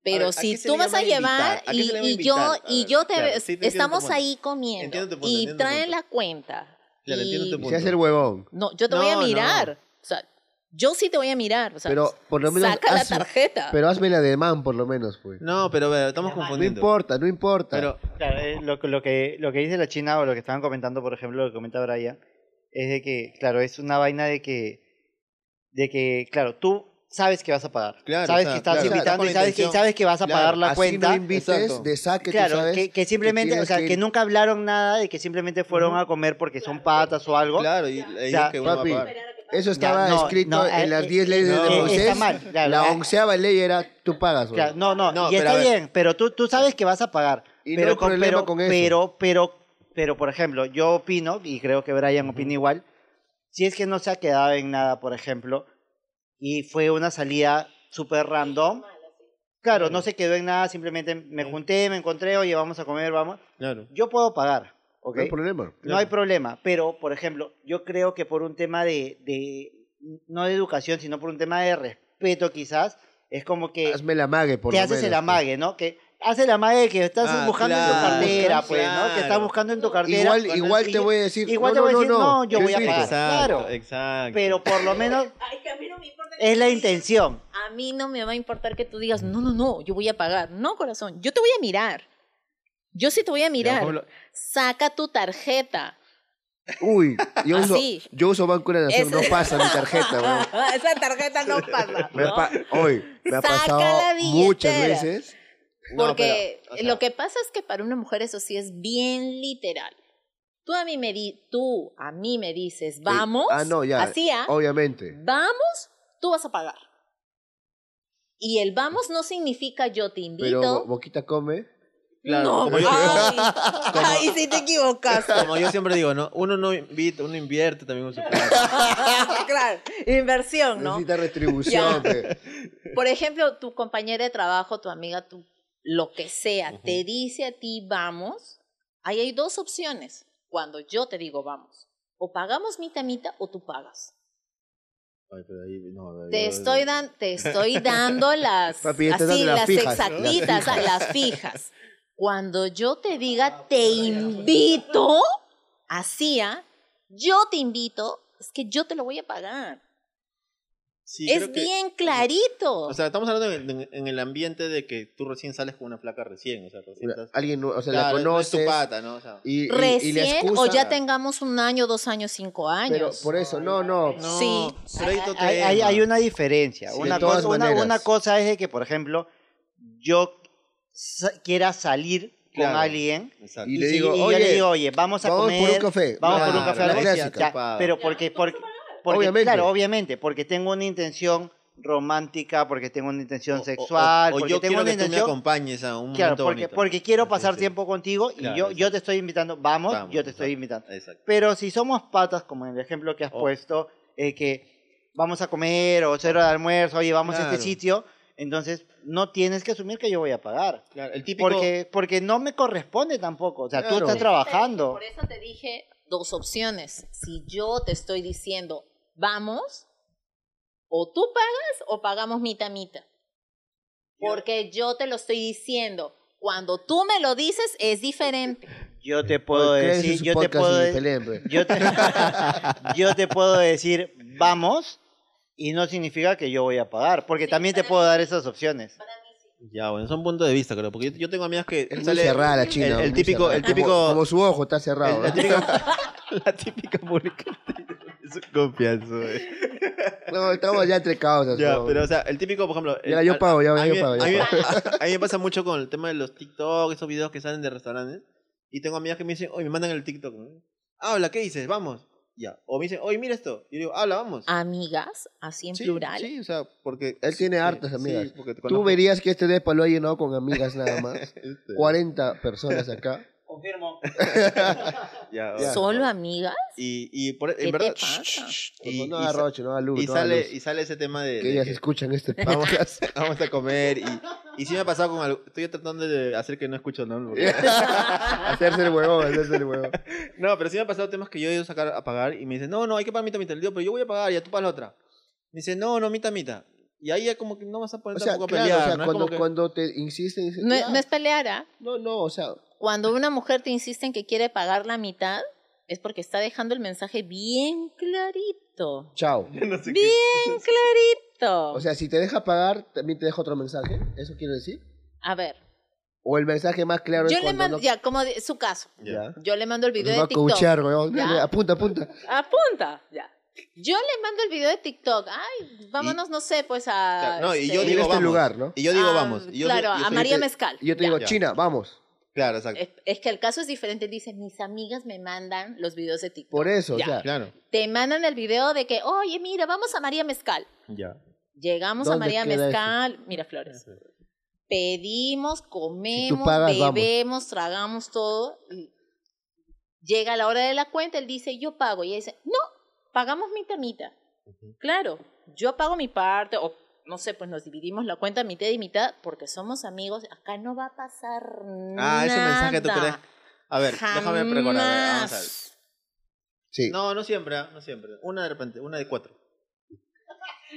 S3: Pero
S2: A ver, ¿a
S3: si
S2: qué se
S3: tú
S2: le
S3: vas a
S2: llama
S3: llevar
S2: invitar? ¿A qué
S3: y,
S2: se le llama
S3: y yo
S2: invitar? A
S3: y
S2: ver,
S3: yo te
S2: claro, sí, te entiendo tu
S3: estamos
S2: punto.
S3: ahí comiendo
S2: Entiendo tu punto,
S3: y
S2: entiendo tu
S3: traen
S2: punto.
S3: la cuenta.
S2: Claro, entiendo
S3: Y-
S2: tu punto.
S1: se hace el huevón.
S3: no, yo te voy a
S2: No, no.
S3: mirar. O sea, yo sí te voy a mirar. O sea,
S1: Pero por lo menos.
S3: saca la
S1: haz-
S3: tarjeta.
S1: pero hazme la de man, por lo menos, pues. No,
S2: No, pero a ver, estamos
S4: Ya va, no
S2: confundiendo.
S1: importa, no importa.
S2: Pero
S4: Claro, eh, lo, lo que, lo que dice la China o lo que estaban comentando, por ejemplo, lo que comenta Brian, es de que, claro, es una vaina de que, de que claro, tú sabes que vas a pagar.
S2: Claro,
S4: sabes
S2: o sea,
S4: que estás
S1: claro, estás
S4: invitando
S2: con
S4: y
S2: la
S4: sabes que,
S2: intención.
S4: sabes que vas a
S2: Claro,
S4: pagar la
S1: Así
S4: cuenta.
S1: no invites
S2: exacto.
S1: de saque, tú
S4: Claro,
S1: sabes
S4: que, que simplemente, o
S1: tienes
S4: sea,
S1: que
S4: que,
S1: ir.
S4: nunca hablaron nada de que simplemente fueron a comer porque son patas o algo.
S2: claro, y ahí
S4: sea,
S2: es que uno
S1: papi,
S2: va a pagar.
S1: Eso
S4: Ya,
S1: estaba
S4: no,
S1: escrito
S4: no, eh,
S1: en las
S4: eh,
S1: 10 leyes
S2: no,
S1: de
S4: eh,
S1: Moisés.
S4: Está mal. claro,
S1: pues la
S4: ah,
S1: onceava ley era tú pagas, güey.
S4: Claro, no, no,
S2: No,
S4: y
S2: pero
S4: está
S2: a ver.
S4: bien, pero tú, tú sabes que vas a pagar.
S1: Y no
S4: pero,
S1: hay
S4: con-
S1: problema
S4: pero,
S1: con eso.
S4: Pero, pero, pero, por ejemplo, yo opino, y creo que Brian opina igual, si es que no se ha quedado en nada, por ejemplo, y fue una salida súper random, claro, no se quedó en nada, simplemente me junté, me encontré, oye, vamos a comer, vamos,
S2: Claro.
S4: yo puedo pagar, ¿ok?
S1: No hay problema.
S4: No hay problema, pero por ejemplo, yo creo que por un tema de, de- no de educación, sino por un tema de respeto quizás, es como que
S1: Hazme la mague, por
S4: te
S1: lo
S4: haces el
S1: menos, pues.
S4: amague, ¿no? Que haces el amague que estás
S2: Ah,
S4: buscando en tu
S2: claro,
S4: cartera, pues, ¿no? Que estás
S2: claro.
S4: buscando en tu
S1: pues.
S4: cartera.
S1: Igual,
S4: Cuando-
S1: igual
S4: y-
S1: te voy a decir. no,
S4: igual te voy a
S1: no,
S4: decir, no, yo voy a
S1: invito.
S4: pagar.
S2: Exacto,
S4: claro.
S2: exacto.
S4: Pero por lo menos
S3: Ay, que a mí no me importa que
S4: es la
S3: tú digas-
S4: intención.
S3: A mí no me va a importar que tú digas, no, no, no, yo voy a pagar. No, corazón, yo te voy a mirar. Yo sí te voy a mirar. Saca tu tarjeta.
S1: Uy, yo
S4: Ah,
S1: uso,
S3: Así.
S1: yo uso Banco de la Nación,
S3: Es-
S1: no pasa mi tarjeta, weón.
S3: Esa tarjeta no pasa.
S1: Me
S3: ¿no?
S1: ha pa- hoy me ha
S3: Saca
S1: pasado
S3: la
S1: muchas
S3: billetera.
S1: veces.
S2: No,
S3: Porque
S2: pero, o sea,
S3: lo que pasa es que para una mujer eso sí es bien literal. Tú a mí me, di tú a mí me dices, vamos,
S1: ah, no, ya.
S3: así, ¿ah?
S1: Obviamente.
S3: vamos, tú vas a pagar. Y el vamos no significa yo te
S1: Pero Bo-
S3: invito.
S1: Boquita come.
S2: claro,
S3: no,
S2: como yo-
S3: ay, ay, sí te equivocaste.
S2: Como yo siempre digo, ¿no? Uno no invita, uno invierte también con su plata.
S3: claro, inversión, ¿no?
S1: Necesita
S3: Ya.
S1: retribución. pe.
S3: Por ejemplo, tu compañera de trabajo, tu amiga, tu lo que sea, te dice a ti vamos, ahí hay dos opciones. Cuando yo te digo vamos, o pagamos mitad mitad o tú pagas.
S2: Ay, pero ahí, no,
S3: Te
S2: yo-
S3: estoy dan, te estoy dando las
S1: Papi, ya estás
S3: así,
S1: dando las
S3: las
S1: fijas,
S3: exactitas, ah, las fijas. Cuando yo te diga te invito, así, ¿ah? yo te invito, es que yo te lo voy a pagar.
S2: Sí,
S3: es
S2: creo que-
S3: bien clarito.
S2: O sea, estamos hablando en, en- en el ambiente de que tú recién sales con una flaca recién, o sea, recién estás-
S1: Alguien, nue- o sea, la
S2: Claro, no es
S1: conoces.
S2: tu pata, ¿no? O sea,
S1: y, y-
S3: recién
S1: y la excusa.
S3: o ya tengamos un año, dos años, cinco
S1: Pero
S3: años.
S1: por eso, no, no.
S2: no,
S3: sí.
S2: pero ahí tú te-
S4: Hay, hay- hay una diferencia.
S1: Sí,
S4: una,
S1: de todas
S4: cosa, una,
S1: maneras.
S4: una cosa es de que, por ejemplo, yo sa- quiera salir
S2: Claro.
S4: con alguien
S2: Exacto.
S1: Y
S4: y,
S1: le
S4: si-
S1: digo,
S4: y
S1: "Oye,
S4: yo le digo, oye, vamos a
S1: vamos por
S4: comer.
S1: un café".
S4: Vamos
S1: Claro,
S4: por un café.
S1: la
S4: algo así.
S1: clásica.
S4: Ya, pero porque, porque, porque-
S1: Obviamente.
S4: Claro, obviamente, porque tengo una intención romántica, porque tengo una intención
S2: O- o-
S4: sexual,
S2: o,
S4: porque
S2: yo
S4: tengo
S2: quiero
S4: una
S2: que tú me
S4: intención...
S2: acompañes a un
S4: Claro,
S2: momento
S4: porque,
S2: bonito.
S4: porque quiero
S2: Sí,
S4: pasar
S2: sí.
S4: tiempo contigo y
S2: Claro,
S4: yo, yo
S2: exacto.
S4: te estoy invitando, vamos,
S2: Vamos,
S4: yo te estoy
S2: exacto.
S4: invitando.
S2: Exacto.
S4: Pero si somos patas, como en el ejemplo que has
S2: Oh.
S4: puesto, eh, que vamos a comer o cero de almuerzo, oye, vamos a
S2: Claro.
S4: este sitio, entonces no tienes que asumir que yo voy a pagar.
S2: Claro, el típico
S4: Porque, porque no me corresponde tampoco. O sea,
S1: Claro.
S4: tú estás trabajando.
S3: Por eso te dije dos opciones. Si yo te estoy diciendo, vamos, o tú pagas o pagamos mitad mitad. Porque yo te lo estoy diciendo. Cuando tú me lo dices es diferente.
S4: Yo te puedo
S1: Creen
S4: decir,
S1: sus
S4: yo te
S1: podcasts
S4: puedo,
S1: y
S4: de-
S1: peleen, pe.
S4: yo te, yo te puedo decir, vamos, y no significa que yo voy a pagar, porque también te puedo dar esas opciones.
S2: ya, bueno, son puntos de vista, creo, porque yo, yo tengo amigas que
S1: Es muy
S2: sale
S1: cerrada la china.
S2: el- el
S1: muy
S2: típico-
S1: cerrada.
S2: el
S1: Como-
S2: típico-
S1: Como, su ojo está cerrado. ¿no?
S2: el- la típica la típica publicación. Es confianza. eh.
S1: No, estamos ya entre causas.
S2: Ya,
S1: ¿no?
S2: pero o sea, el típico, por ejemplo, el-
S1: Ya, yo pago, ya,
S2: a mí,
S1: yo pago.
S2: a mí-
S1: ya pago.
S2: a mí me pasa mucho con el tema de los TikTok, esos videos que salen de restaurantes. Y tengo amigas que me dicen, oye, me mandan el TikTok. ¿no? Habla, ¿qué dices? Vamos. Ya. O me dicen, oye, mira esto. Y yo digo, habla, vamos.
S3: Amigas, así Ah, en
S2: Sí,
S3: plural.
S2: Sí, o sea, porque.
S1: Él tiene
S2: sí,
S1: hartas amigas.
S2: sí, porque te
S1: Tú
S2: conozco.
S1: verías que este despa lo ha llenado con amigas nada más.
S2: Este,
S1: 40 personas acá.
S4: Confirmo.
S2: ya,
S1: Ya.
S3: Solo amigas.
S2: Y, y por, e,
S3: ¿Qué te
S2: en verdad.
S3: pasa?
S2: Y,
S1: Pues no
S2: y sa-
S1: haga roche, no haga luz.
S2: y
S1: no haga
S2: sale,
S1: luz.
S2: y sale ese tema de.
S1: que
S2: de
S1: ellas
S2: que
S1: escuchan este
S2: vamos,
S1: podcast.
S2: a, vamos a comer. Y, y sí me ha pasado con algo. Estoy tratando de hacer que no escucho, ¿no? Porque-
S1: hacerse el huevón, hacerse el huevón.
S2: No, pero sí me ha pasado temas que yo he ido a sacar a pagar y me dicen, no, no, hay que pagar mitad, mitad. Le digo, pero yo voy a pagar y a tú pagas la otra. Me dicen, no, no, mitad, mitad. Y ahí ya como que no vas a poner
S1: O sea,
S2: tampoco
S1: claro,
S2: a pelear.
S1: o sea,
S2: ¿no? Es
S1: cuando,
S2: como que-
S1: cuando te insisten, dicen,
S3: No,
S1: "Ya".
S3: no es pelear, ¿ah?
S1: no, no, o sea,
S3: Cuando una mujer te insiste en que quiere pagar la mitad, es porque está dejando el mensaje bien clarito.
S1: chao.
S2: no sé qué-
S3: Bien clarito.
S1: O sea, si te deja pagar, también te deja otro mensaje. ¿Eso quiere decir?
S3: a ver,
S1: O el mensaje más claro
S3: yo
S1: es
S3: le
S1: cuando
S3: mando,
S1: no...
S3: ya, como de- su caso,
S2: Ya.
S3: yo le mando el
S1: Nos
S3: video
S1: va
S3: de
S1: a
S3: TikTok.
S1: coachear, huevón.
S3: Ya.
S1: Dale, Apunta, apunta.
S3: Apunta, ya. Yo le mando el video de TikTok. Ay, vámonos, no sé, pues a.
S2: No, y yo
S3: este,
S2: digo,
S1: este
S2: vamos.
S1: lugar, ¿no?
S2: Y yo digo,
S3: a-
S2: vamos. Y yo soy-
S3: ah, claro,
S2: yo soy- este,
S3: a María Mezcal.
S1: Y yo te
S3: ya.
S1: digo,
S2: Ya.
S1: China, vamos.
S2: Claro, exacto.
S3: Es, es que el caso es diferente. Dice, mis amigas me mandan los videos de TikTok.
S1: Por eso,
S3: Ya.
S1: o sea,
S2: Claro.
S3: Te mandan el video de que, oye, mira, vamos a María Mezcal.
S2: Ya.
S3: Llegamos a
S1: ¿Dónde
S3: María
S1: queda eso?
S3: Mezcal, mira Flores. Pedimos, comemos,
S1: pagas, vamos.
S3: bebemos, tragamos todo. y llega la hora de la cuenta, él dice, yo pago. Y ella dice, no, pagamos mitad, mitad. Claro, yo pago mi parte, o no sé, pues nos dividimos la cuenta mitad y mitad, porque somos amigos, acá no va a pasar nada.
S2: Ah, ese mensaje tú crees. A ver, déjame recordar. a ver, vamos a ver.
S3: Jamás.
S1: sí.
S2: No, no siempre, ¿ah? no siempre. Una de repente, una de cuatro.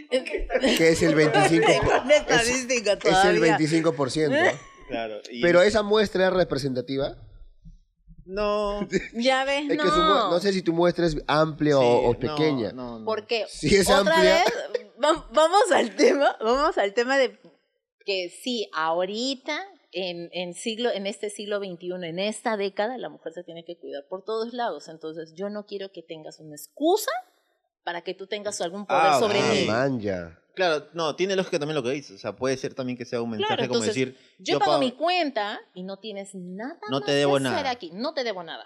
S1: Que es el 25.
S3: Con estadística
S1: es el
S3: todavía.
S1: 25%.
S2: Claro. y-
S1: ¿ah? Pero esa muestra es representativa.
S2: No.
S3: Ya ves,
S1: Es
S3: no.
S1: que su mue- no sé si tu muestra es amplia o,
S2: Sí,
S1: o
S2: no,
S1: pequeña.
S2: No, no.
S3: Porque
S1: Si es
S3: otra
S1: amplia-
S3: vez va- vamos al tema, vamos al tema de que sí, ahorita en, en siglo en este siglo XXI, en esta década la mujer se tiene que cuidar por todos lados, entonces yo no quiero que tengas una excusa para que tú tengas algún poder
S2: Ah,
S3: sobre
S2: ok.
S1: Ah,
S3: mí.
S1: manja.
S2: Claro, no, tiene lógica también lo que dices. O sea, puede ser también que sea un mensaje
S3: Claro,
S2: como
S3: entonces,
S2: decir,
S3: Yo,
S2: Yo
S3: pago
S2: pago.
S3: mi cuenta y no tienes nada
S2: No
S3: más
S2: te debo
S3: que hacer
S2: nada.
S3: aquí, no te debo nada.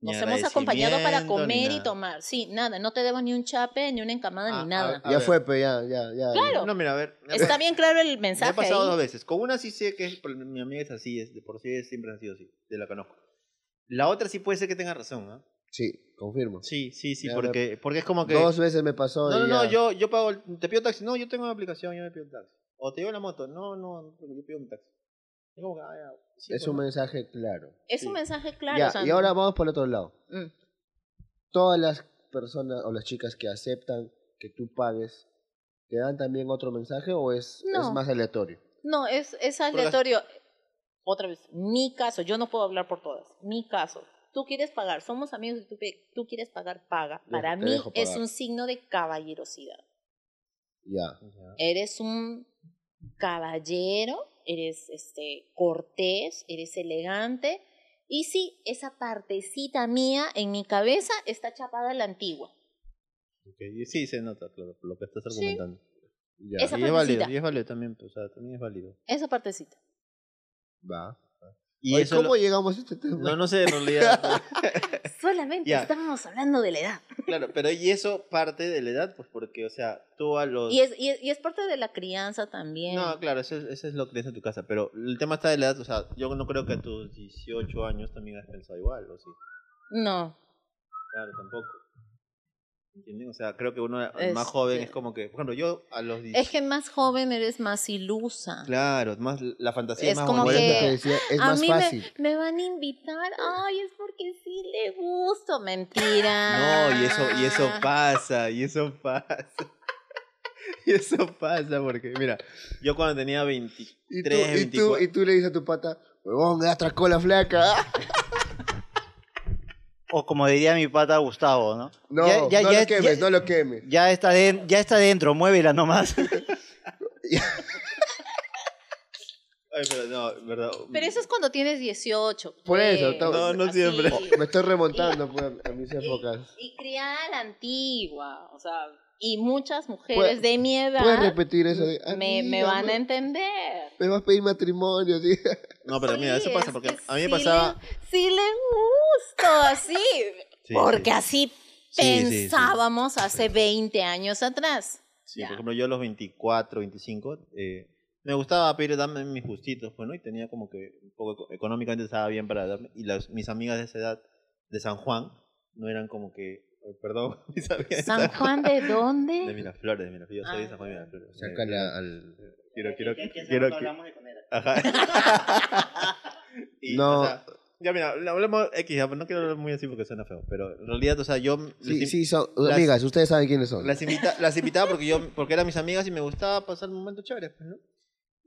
S2: Ni
S3: Nos hemos acompañado para
S2: agradecimiento, ni
S3: comer y
S2: nada.
S3: tomar. Sí, nada, no te debo ni un chape, ni una encamada,
S2: Ah,
S3: ni nada.
S2: A
S1: Ya
S2: ver.
S1: fue, pues ya, ya, ya.
S3: Claro.
S2: No, mira, a ver. me ha
S3: Está
S2: pasado-
S3: bien claro el
S2: Me
S3: mensaje.
S2: ha pasado
S3: ahí.
S2: dos veces. Con una sí sé que es, por- mi amiga es así, es, de por sí siempre ha sido así, de la conozco. La otra sí puede ser que tenga razón, ¿ah?
S1: Sí, confirmo.
S2: Sí, sí, sí,
S1: Ya,
S2: porque, porque es como que...
S1: Dos veces me pasó.
S2: no, no,
S1: y
S2: no,
S1: ya.
S2: yo, yo pago, el- te pido taxi. No, yo tengo una aplicación, yo me pido un taxi. O te llevo la moto. No, no, no, yo pido mi taxi. Es como que, ah, ya, sí,
S1: Es
S2: pues,
S1: un
S2: ¿no?
S1: mensaje claro.
S3: Es
S2: Sí.
S3: un mensaje claro.
S1: Ya,
S3: o sea,
S1: y ahora vamos por el otro lado.
S3: mm,
S1: Todas las personas o las chicas que aceptan que tú pagues, ¿te dan también otro mensaje o es,
S3: No.
S1: es más aleatorio?
S3: No, es, es
S2: las-
S3: aleatorio. Otra vez, mi caso, yo no puedo hablar por todas. Mi caso, tú quieres pagar, somos amigos y tú, pe- tú quieres pagar, paga.
S1: Yo
S3: Para
S1: te
S3: mí
S1: dejo
S3: es
S1: pagar.
S3: un signo de caballerosidad.
S1: Ya.
S2: Ya.
S3: Eres un caballero, eres este cortés, eres elegante. Y sí, esa partecita mía en mi cabeza está chapada a la antigua.
S2: Ok, y Sí, se nota claro, lo que estás
S3: Sí.
S2: argumentando.
S1: Ya.
S3: Esa
S2: y es válido,
S3: partecita.
S2: y es válido también, o sea, también es válido.
S3: Esa partecita.
S1: Va.
S2: Y
S1: Oye,
S2: eso
S1: ¿Cómo
S2: lo-
S1: llegamos a este tema?
S2: No, no sé, en realidad.
S3: Solamente
S2: Ya.
S3: estamos hablando de la edad.
S2: claro, pero y eso parte de la edad, pues porque, o sea, tú a
S1: Pues
S2: los...
S3: Y es, y es, y es parte de la crianza también.
S2: No, claro, eso es, eso es lo que tienes en tu casa, pero el tema está de la edad, o sea, yo no creo que a tus 18 años también has pensado igual, o sí.
S3: No.
S2: Claro, tampoco. ¿Entienden? O sea, creo que uno
S3: Este-
S2: más joven es como que, por ejemplo, yo a los 18...
S3: Es que más joven eres más ilusa.
S2: Claro, más la fantasía
S3: Es
S2: es más
S3: como
S1: Por
S2: bonita.
S1: eso
S3: que-
S1: te decía, es
S3: a
S1: más
S3: mí
S1: fácil.
S3: Me, me van a invitar. Ay, es porque sí le gusto. Mentira.
S2: No, y eso, y eso
S3: Ah.
S2: pasa, y eso pasa. Y eso pasa porque, mira, yo cuando tenía 23,
S1: Y tú, y, tú,
S2: 24...
S1: y tú le dices a tu pata, huevón, me atracó la flaca.
S4: O como diría mi pata Gustavo, ¿no?
S1: No,
S4: ya, ya-
S1: no
S4: ya-
S1: lo quemes,
S4: ya-
S1: no lo quemes.
S4: ya está, den- ya está dentro, muévela nomás.
S2: Ay, pero no, en verdad.
S3: Pero eso es cuando tienes 18.
S1: Por
S3: pues,
S1: eso, estamos-
S2: No, no
S3: así.
S2: siempre.
S1: Me estoy remontando pues, a mis épocas.
S3: Y criada a la antigua. O sea, y muchas mujeres de mi
S1: ¿Puedes
S3: edad
S1: Pues, repetir eso? de,
S3: me, me
S1: "Amiga,
S3: van a
S1: me-
S3: entender.
S1: Me vas a pedir matrimonio, ¿sí?
S2: No, pero mira, eso
S3: Sí,
S2: pasa
S3: es
S2: porque
S3: que
S2: a mí me
S3: sí
S2: pasaba.
S3: le- Sí le gusto, así.
S2: Sí,
S3: porque
S2: sí.
S3: así
S2: Sí, sí, sí.
S3: pensábamos hace 20 años atrás.
S2: Sí,
S3: Ya.
S2: por ejemplo, yo a los 24, 25, eh, me gustaba pedir darme mis gustitos, pues, ¿no? Y tenía como que, un poco eco- económicamente estaba bien para darme. Y las, mis amigas de esa edad, de San Juan, no eran como que, eh, perdón, mis amigas de
S3: ¿San Juan de
S2: De
S3: dónde?
S2: Miraflores, de Miraflores. Yo soy de
S3: Ah.
S2: San Juan de Miraflores.
S1: Sácale
S2: Eh,
S1: a- al.
S2: Quiero, quiero,
S4: Ya que
S2: quiero,
S4: no
S2: que-
S4: hablamos de comer.
S2: Ajá. Y,
S1: No.
S2: o sea, ya mira, hablamos X, ya, pero no quiero hablar muy así porque suena feo, pero en realidad, o sea, yo
S1: Sí,
S2: les-
S1: sí, son.
S2: las-
S1: Amigas, ustedes saben quiénes son.
S2: las, invita- las invitaba porque yo porque eran mis amigas y me gustaba pasar momentos chéveres, pues, ¿no?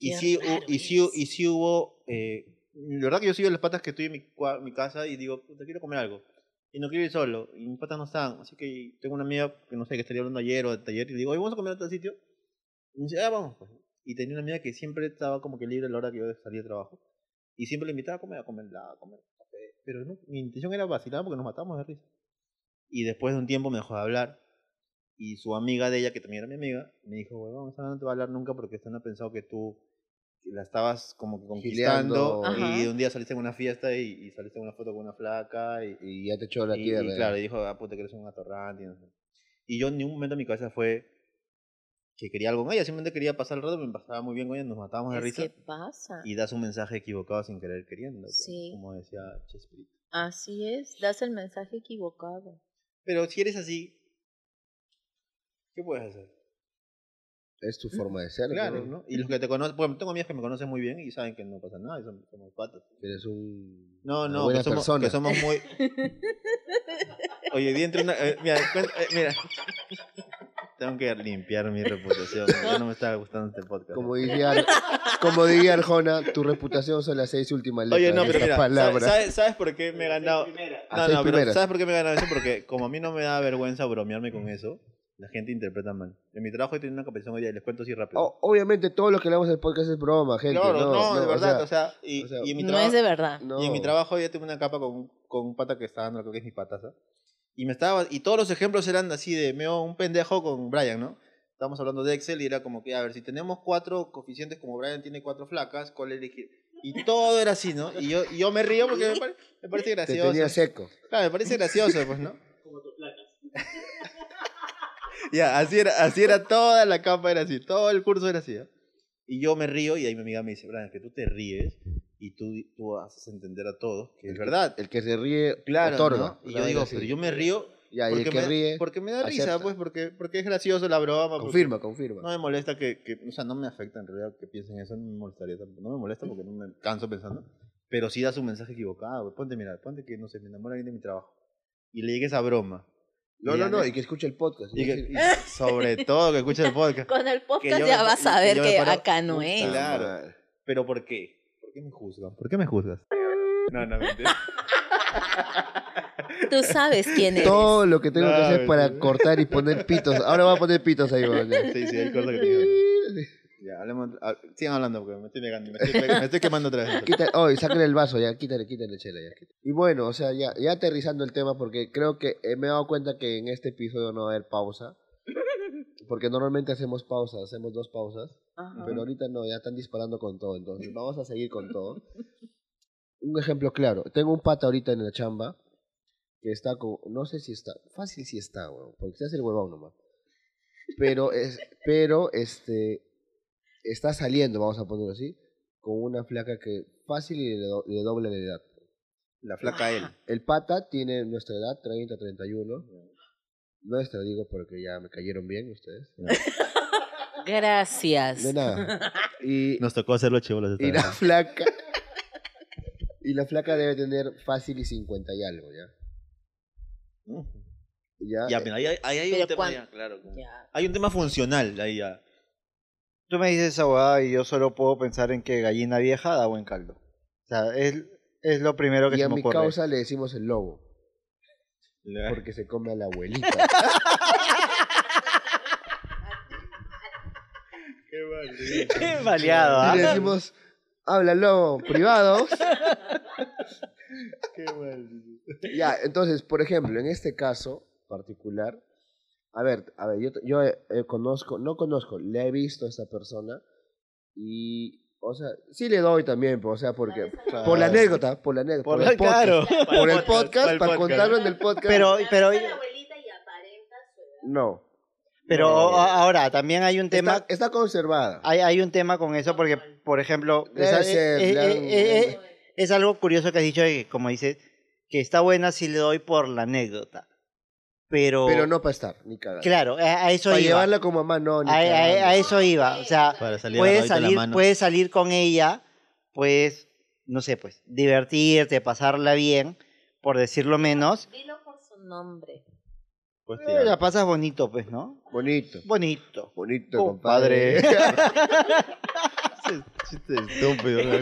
S2: Y
S3: Qué
S2: sí, hu-
S3: raro
S2: y sí,
S3: es.
S2: y sí hubo, eh, la verdad que yo sigo las patas que estoy en mi, cua- mi casa y digo, te quiero comer algo. Y no quiero ir solo, y mis patas no están. Así que tengo una amiga que no sé, que estaría hablando ayer o de taller, y digo, "Oye, vamos a comer a tal sitio. Y me dice, ah, vamos. pues. Y tenía una amiga que siempre estaba como que libre a la hora que yo salía de trabajo. Y siempre la invitaba a comer, a comer helado, a comer café. Pero no, mi intención era vacilar porque nos matábamos de risa. Y después de un tiempo me dejó de hablar. Y su amiga de ella, que también era mi amiga, me dijo, huevón, esa no te va a hablar nunca porque esta no ha pensado que tú la estabas como que
S1: Gileando.
S2: conquistando. Y
S3: Ajá.
S2: un día saliste en una fiesta y, y saliste en una foto con una flaca. Y,
S1: Y ya te echó la
S2: y- y
S1: tierra.
S2: claro, y dijo, ah, puta, que eres un atorrante. Y, no sé. Y yo en ningún momento en mi cabeza fue que quería algo con ella, simplemente quería pasar el rato, me pasaba muy bien con ella, nos matábamos de
S3: Es
S2: risa
S3: que Pues, pasa?
S2: y das un mensaje equivocado sin querer queriendo, pues,
S3: Sí.
S2: como decía Chespirito.
S3: Así es, das el mensaje equivocado.
S2: Pero si eres así, ¿qué puedes hacer?
S1: Es tu forma de ser.
S2: Claro,
S1: ¿no?
S2: ¿no? Y los que te conocen, bueno, tengo amigas que me conocen muy bien y saben que no pasa nada, y son como patas.
S1: Eres un.
S2: No,
S1: una
S2: no,
S1: Buena
S2: que somos,
S1: persona.
S2: que somos muy... Oye, hoy día entré una... eh, mira, cuen- eh, mira. Tengo que limpiar mi reputación. Ya no me está gustando este podcast.
S1: Como diría, como diría Arjona, tu reputación son las seis últimas letras.
S2: Oye, no,
S1: de
S2: pero
S1: esta
S2: mira,
S1: palabra.
S2: ¿sabes, sabes- sabes por qué me he ganado?
S1: A
S2: No,
S1: seis
S2: no, pero
S1: primeras.
S2: ¿sabes por qué me he ganado eso? Porque como a mí no me da vergüenza bromearme con eso, la gente interpreta mal. En mi trabajo he tenido una competición hoy día, les cuento así rápido.
S1: O- obviamente, todo lo que hablamos en el podcast es broma, Oh, gente.
S2: claro,
S1: no,
S2: no, de
S1: o
S2: verdad,
S1: sea,
S2: o sea, y,
S1: o sea,
S2: y en mi
S3: No
S2: trabajo...
S3: es de verdad.
S1: no.
S2: Y en mi trabajo yo tengo una capa con, con un pata que estaba dando, creo que es mi pataza. Y me estaba y todos los ejemplos eran así de meo un pendejo con Brian, ¿no? Estábamos hablando de Excel y era como que, a ver, si tenemos cuatro coeficientes como Brian tiene cuatro flacas, ¿cuál elegir? Y todo era así, ¿no? Y yo, y yo me río porque me, pare- me parece
S1: Te
S2: gracioso.
S1: tenía seco.
S2: Claro, me parece gracioso, pues, ¿no? ya, así era, así era toda la capa, era así, todo el curso era así. ¿ya? Y yo me río y ahí mi amiga me dice, Brian, que tú te ríes y tú, tú haces entender a todos que es verdad.
S1: El que se ríe,
S2: Claro,
S1: otorga.
S2: ¿no? Y
S1: Una
S2: yo
S1: vaina
S2: digo,
S1: así.
S2: pero yo me río
S1: Ya, y el
S2: porque,
S1: que
S2: me,
S1: ríe,
S2: porque me da risa,
S1: acepta.
S2: pues, porque, porque es gracioso la broma. porque
S1: confirma, confirma.
S2: No me molesta que, que- o sea, no me afecta en realidad que piensen eso, no me molestaría tampoco. No me molesta porque no me canso pensando. Pero sí das un mensaje equivocado. pues, Ponte, mira, ponte que, no sé, me enamora alguien de mi trabajo. Y le llegue esa broma.
S1: No, no, no, y que escuche el podcast.
S2: Y
S1: Y
S2: que-
S1: decir,
S2: y sobre todo que escuche el podcast.
S3: Con el podcast
S2: yo
S3: ya
S2: me-
S3: vas
S2: y-
S3: a
S2: y
S3: ver
S2: yo me
S3: que
S2: paro-
S3: acá no
S2: Puta
S3: es.
S2: madre. claro.
S1: "Ah,
S2: ¿Pero por qué? ¿Por qué me juzgan? ¿Por qué me juzgas? No, no, mentira.
S3: Tú sabes quién eres.
S1: Todo lo que tengo que
S2: No,
S1: hacer para
S2: mentira.
S1: cortar y poner pitos. Ahora voy a poner pitos ahí, weón.
S2: Sí, sí, hay cosas que te digo. Ya, hablemos, ha- sigan hablando porque me estoy negando, me estoy, me estoy quemando otra vez.
S1: Quita- oh, y sáquenle el vaso, ya, quítale, quítale, chela, ya. quítale. Y bueno, o sea, ya, ya aterrizando el tema, porque creo que eh, me he dado cuenta que en este episodio no va a haber pausa. Porque normalmente hacemos pausas, hacemos dos pausas.
S3: Ajá.
S1: Pero ahorita no, ya están disparando con todo, entonces vamos a seguir con todo. Un ejemplo claro, tengo un pata ahorita en la chamba que está con, no sé si está, fácil si está, weón, porque se hace el huevón nomás. Pero, es, pero, este, está saliendo, vamos a ponerlo así, con una flaca que fácil y le, do- le dobla la edad.
S2: La flaca él.
S1: El pata tiene nuestra edad, 30, 31. Nuestra, digo, porque ya me cayeron bien ustedes.
S3: Gracias.
S1: De nada. Y,
S2: Nos tocó hacerlo chivolos
S1: Y la flaca. Y la flaca debe tener fácil y 50 y algo, ¿ya? Ya.
S2: Ya, mira, ahí, hay- ahí hay
S3: Pero
S2: un tema
S3: cuán-
S2: ya, claro. como-
S3: Ya.
S2: Hay un tema funcional ahí ya.
S4: Tú me dices esa huevada y yo solo puedo pensar en que gallina vieja da buen caldo. O sea, es, es lo primero que
S1: y
S4: se
S1: a
S4: me
S1: mi
S4: ocurre.
S1: causa le decimos el lobo.
S2: Porque-
S1: Porque se come a la abuelita.
S4: Qué baleado, ¿ah?
S1: Y le decimos, habla lobo, privados. Ya, entonces, por ejemplo, en este caso particular, a ver, a ver, yo, yo eh, eh, conozco, no conozco, le he visto a esta persona y, o sea, sí le doy también, pues, o sea, porque, por la anécdota, por la anécdota,
S4: Por
S1: por, el podcast,
S4: claro.
S1: por el podcast, para contarlo en el podcast.
S4: Pero, pero,
S3: La abuelita y a
S1: No.
S4: Pero
S1: No.
S4: a- ahora, también hay un tema...
S1: Está, está conservada.
S4: Hay, hay un tema con eso porque, por ejemplo,
S1: Debe
S4: esa-
S1: ser,
S4: eh, eh,
S1: le han-
S4: eh, eh, es algo curioso que has dicho, de que, como dices, que está buena si le doy por la anécdota. Pero,
S1: Pero no para estar, ni cagar.
S4: claro, a, a eso
S1: Para
S4: iba.
S1: llevarla con mamá, no,
S4: a,
S1: ni
S4: a-
S1: cagando.
S4: a eso iba. O sea,
S2: Para salir
S3: pues,
S2: agarradito
S4: puedes
S2: de la
S4: salir,
S2: mano.
S4: puedes salir con ella, pues, no sé, pues, divertirte, pasarla bien, por decirlo menos.
S3: Dilo por su nombre.
S2: Puedes
S4: Eh, La
S2: tirar.
S4: pasas bonito, pues, ¿no?
S1: Bonito.
S4: Bonito.
S1: Bonito, compadre.
S2: Compadre. Ese chiste estúpido. ¿no?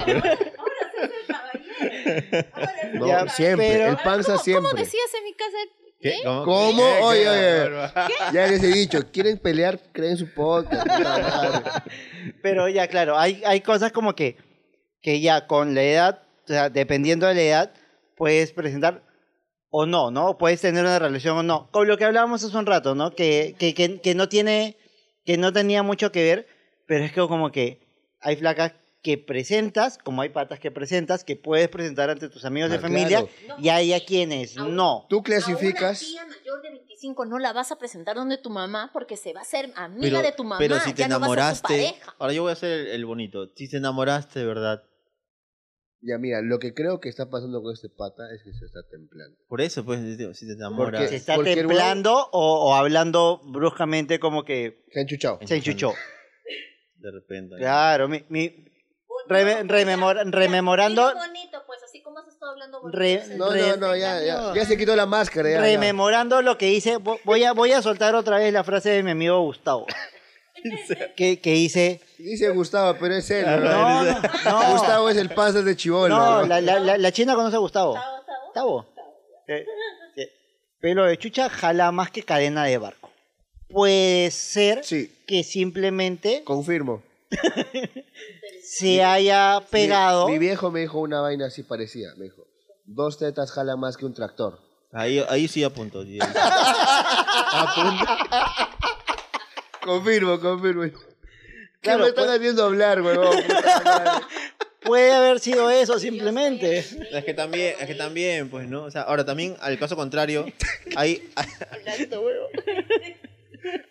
S3: Ahora sí es el caballero. Ahora sí
S1: No,
S4: Ya,
S1: siempre.
S4: pero-
S1: El panza siempre.
S3: ¿Cómo decías en mi casa?
S2: ¿Qué? ¿Cómo?
S1: ¿Cómo?
S2: ¿Qué?
S1: Oye, oye.
S2: bárbaro.
S1: Ya les he dicho, quieren pelear, creen su podcast. puta madre.
S4: Pero ya, claro, hay, hay cosas como que, que ya con la edad, o sea, dependiendo de la edad, puedes presentar o no, ¿no? Puedes tener una relación o no. Con lo que hablábamos hace un rato, ¿no? Que, que, que, que no tiene, que no tenía mucho que ver, pero es que como que hay flacas que presentas, como hay patas que presentas, que puedes presentar ante tus amigos de
S1: Ah,
S4: familia,
S1: claro.
S3: No.
S4: y hay a quienes
S3: Ah,
S4: no.
S1: Tú
S3: A
S1: clasificas.
S3: una tía mayor de 25 no la vas a presentar donde tu mamá porque se va a ser amiga
S2: Pero,
S3: de tu mamá.
S2: pero si te
S3: ya no va a ser su
S2: enamoraste.
S3: pareja.
S2: ahora yo voy a hacer el, el bonito. Si te enamoraste, de ¿verdad?
S1: Ya mira, lo que creo que está pasando con este pata es que se está templando.
S2: Por eso, pues, digo, si te enamoras.
S4: ¿Se está
S1: Porque el huevo-
S4: templando o, o hablando bruscamente como que
S1: Se ha enchuchado.
S4: se enchuchó?
S2: De repente.
S4: Claro, mi- mi, Reme-
S3: No,
S4: rememora-
S3: mira,
S4: rememorando-
S3: dilo bonito, pues, así como has estado hablando bonito,
S4: Re-
S3: o sea,
S1: No, no,
S4: Re-
S1: no, ya, ya,
S3: engañó.
S1: ya se quitó la máscara. ya, ya.
S4: rememorando lo que hice, vo- voy a, voy a soltar otra vez la frase de mi amigo Gustavo. Que, que hice.
S1: Dice Gustavo, pero es él.
S4: No,
S1: ¿no?
S4: no, no,
S1: Gustavo es el panza de Chibolo.
S4: no,
S1: ¿no?
S4: la, la- la- la china conoce a Gustavo.
S3: Gustavo, Gustavo.
S4: Gustavo. Eh, eh, Pelo de chucha jala más que cadena de barco. Puede ser
S1: Sí,
S4: que simplemente
S1: confirmo.
S4: se haya pegado.
S1: Mi, mi viejo me dijo una vaina así parecida. Me dijo, dos tetas jalan más que un tractor.
S2: Ahí, ahí sí apunto. sí.
S1: Confirmo, confirmo. ¿Qué
S4: Claro,
S1: me están
S4: pues-
S1: haciendo hablar, huevón? Puta madre.
S4: Puede haber sido eso simplemente.
S2: Es que también, es que también, pues, ¿no? O sea, ahora también, al caso contrario, hay...